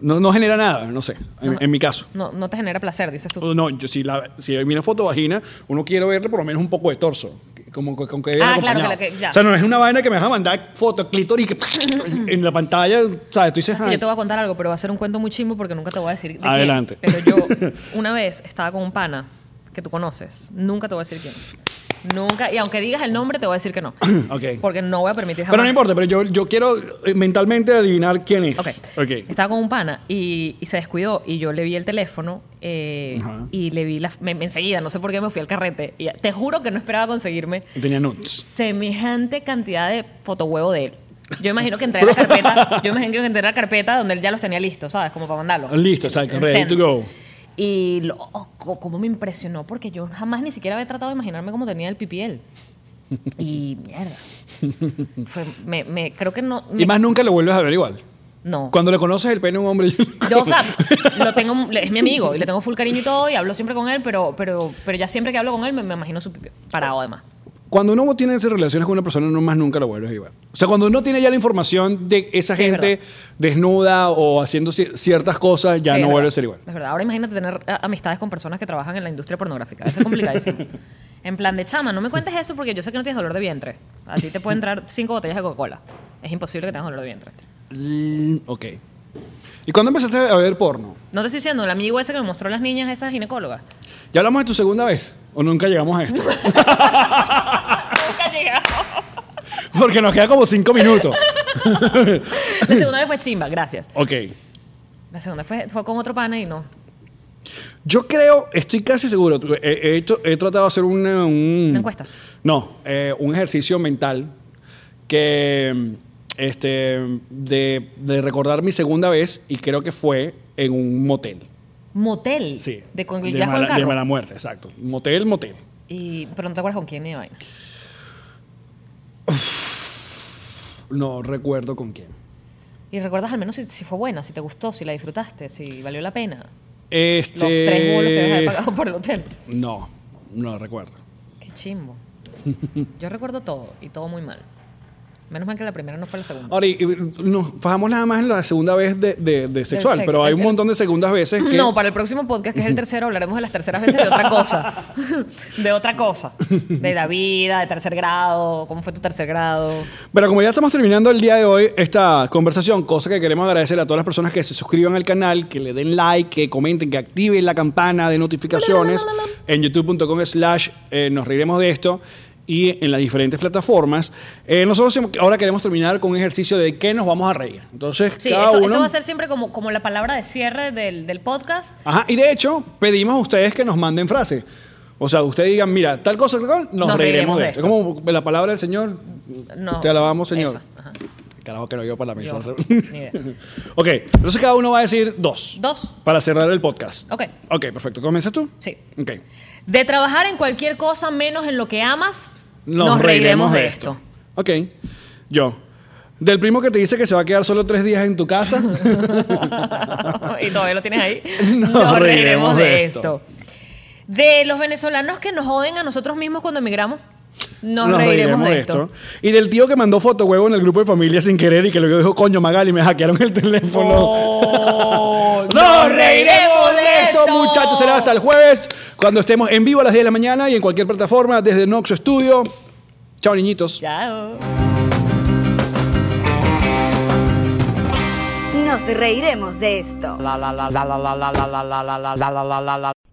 Speaker 2: No, no genera nada, no sé. En, en mi caso.
Speaker 3: No, no te genera placer, dices tú.
Speaker 2: O No, yo, si, la, si hay una fotovagina, uno quiere verle por lo menos un poco de torso. que- Como que- con que viene
Speaker 3: Ah, claro,
Speaker 2: acompañado.
Speaker 3: que la que- ya.
Speaker 2: O sea, no es una vaina que me deja mandar foto clítoris que en la pantalla, ¿sabes? Tú dices,
Speaker 3: Que
Speaker 2: "Ay".
Speaker 3: yo te voy a contar algo, pero va a ser un cuento muy chimbo porque nunca te voy a decir. de quién.
Speaker 2: Adelante.
Speaker 3: Pero yo una vez estaba con un pana que tú conoces. Nunca te voy a decir quién. Nunca. Y aunque digas el nombre, te voy a decir que no.
Speaker 2: Ok.
Speaker 3: Porque no voy a permitir jamás.
Speaker 2: Pero no importa, pero yo, yo quiero eh, mentalmente adivinar quién es.
Speaker 3: Ok.
Speaker 2: Ok.
Speaker 3: Estaba con un pana y, y se descuidó y yo le vi el teléfono eh,
Speaker 2: Ajá.
Speaker 3: y le vi la, me- me- enseguida, no sé por qué me fui al carrete. Y te juro que no esperaba conseguirme
Speaker 2: Tenía nudes.
Speaker 3: semejante cantidad de fotohuevo de él. Yo imagino que entré en la carpeta, yo imagino que entré en la carpeta donde él ya los tenía listos, ¿sabes? Como para mandarlo.
Speaker 2: Listo, exacto,
Speaker 3: En
Speaker 2: ready
Speaker 3: send.
Speaker 2: to go.
Speaker 3: Y loco, cómo me impresionó porque yo jamás ni siquiera había tratado de imaginarme cómo tenía el pipiel. Y mierda. Fue- me, me- creo que no.
Speaker 2: Y más nunca lo vuelves a ver igual.
Speaker 3: no.
Speaker 2: Cuando le conoces el pene a un hombre.
Speaker 3: Yo, o sea, lo tengo, es mi amigo y le tengo full cariño y todo y hablo siempre con él, pero, pero, pero ya siempre que hablo con él me, me imagino su pipi parado además.
Speaker 2: Cuando uno tiene esas relaciones con una persona, no más nunca lo vuelves igual. O sea, cuando uno tiene ya la información de esa
Speaker 3: Sí, es
Speaker 2: gente
Speaker 3: verdad.
Speaker 2: desnuda o haciendo cier- ciertas cosas, ya
Speaker 3: Sí,
Speaker 2: no
Speaker 3: es
Speaker 2: vuelve
Speaker 3: verdad.
Speaker 2: a ser igual.
Speaker 3: Es verdad. Ahora imagínate tener a- amistades con personas que trabajan en la industria pornográfica. Eso es complicadísimo. en plan de chama, no me cuentes eso porque yo sé que no tienes dolor de vientre. A ti te pueden entrar cinco botellas de Coca-Cola. Es imposible que tengas dolor de vientre.
Speaker 2: Mm, ok. ¿Y cuándo empezaste a ver porno?
Speaker 3: No te estoy diciendo, el amigo ese que me mostró las niñas, esas ginecólogas.
Speaker 2: ¿Ya hablamos de tu segunda vez? ¿O nunca llegamos a esto?
Speaker 3: Nunca llegamos.
Speaker 2: Porque nos queda como cinco minutos.
Speaker 3: La segunda vez fue chimba, gracias.
Speaker 2: Ok.
Speaker 3: La segunda fue, fue con otro pana y no.
Speaker 2: Yo creo, estoy casi seguro, tú- he, he hecho- he tratado de hacer una, un-
Speaker 3: Una encuesta.
Speaker 2: No, eh, un ejercicio mental que mm, este, de, de recordar mi segunda vez y creo que fue en un motel.
Speaker 3: Motel.
Speaker 2: Sí.
Speaker 3: De con
Speaker 2: de
Speaker 3: ya Juan
Speaker 2: mala, de
Speaker 3: Carlos.
Speaker 2: mala muerte, exacto. Motel, motel.
Speaker 3: Y, pero no te acuerdas con quién iba.
Speaker 2: No recuerdo con quién.
Speaker 3: Y recuerdas al menos si, si fue buena, si te gustó, si la disfrutaste, si valió la pena.
Speaker 2: Este...
Speaker 3: Los tres bolos que debes haber pagado por el hotel.
Speaker 2: No, no recuerdo.
Speaker 3: Qué chimbo. Yo recuerdo todo y todo muy mal. Menos mal que la primera no fue la segunda.
Speaker 2: Ahora, y- y nos fajamos nada más en la segunda vez de, de- de sexual,
Speaker 3: sexo,
Speaker 2: pero hay un
Speaker 3: el- el-
Speaker 2: montón de segundas veces que...
Speaker 3: No, para el próximo podcast, que es el tercero, hablaremos de las terceras veces de otra cosa. de otra cosa. De la vida, de tercer grado, cómo fue tu tercer grado.
Speaker 2: Pero como ya estamos terminando el día de hoy esta conversación, cosa que queremos agradecer a todas las personas que se suscriban al canal, que le den like, que comenten, que activen la campana de notificaciones en youtube.com slash eh, nos reiremos de esto y en las diferentes plataformas. Eh, nosotros siempre- ahora queremos terminar con un ejercicio de qué nos vamos a reír. Entonces,
Speaker 3: Sí,
Speaker 2: cada
Speaker 3: esto,
Speaker 2: uno...
Speaker 3: esto va a ser siempre como, como la palabra de cierre del, del podcast.
Speaker 2: Ajá, y de hecho, pedimos a ustedes que nos manden frases. O sea, ustedes digan, mira, tal cosa, tal cosa, nos, reiremos, de esto. Es como la palabra del Señor.
Speaker 3: No,
Speaker 2: Te alabamos, Señor.
Speaker 3: esa, ajá.
Speaker 2: Carajo que no yo para la mesa.
Speaker 3: Yo, ni idea.
Speaker 2: ok, entonces cada uno va a decir dos.
Speaker 3: Dos.
Speaker 2: Para cerrar el podcast.
Speaker 3: Ok.
Speaker 2: Ok, perfecto. ¿Comienzas tú?
Speaker 3: Sí.
Speaker 2: Ok.
Speaker 3: De trabajar en cualquier cosa menos en lo que amas,
Speaker 2: Nos, reiremos, de, esto. Ok. Yo. Del primo que te dice que se va a quedar solo tres días en tu casa.
Speaker 3: y todavía lo tienes ahí.
Speaker 2: Nos reiremos de esto.
Speaker 3: De los venezolanos que nos joden a nosotros mismos cuando emigramos, nos, reiremos, de esto.
Speaker 2: Y del tío que mandó foto huevo en el grupo de familia sin querer y que luego dijo, coño, Magali, me hackearon el teléfono.
Speaker 3: Oh,
Speaker 2: ¡Nos reiremos de esto, muchachos! Será hasta el jueves, cuando estemos en vivo a las 10 de la mañana y en cualquier plataforma desde Noxo Studio. Chao, niñitos.
Speaker 3: Chao.
Speaker 1: Nos reiremos de esto.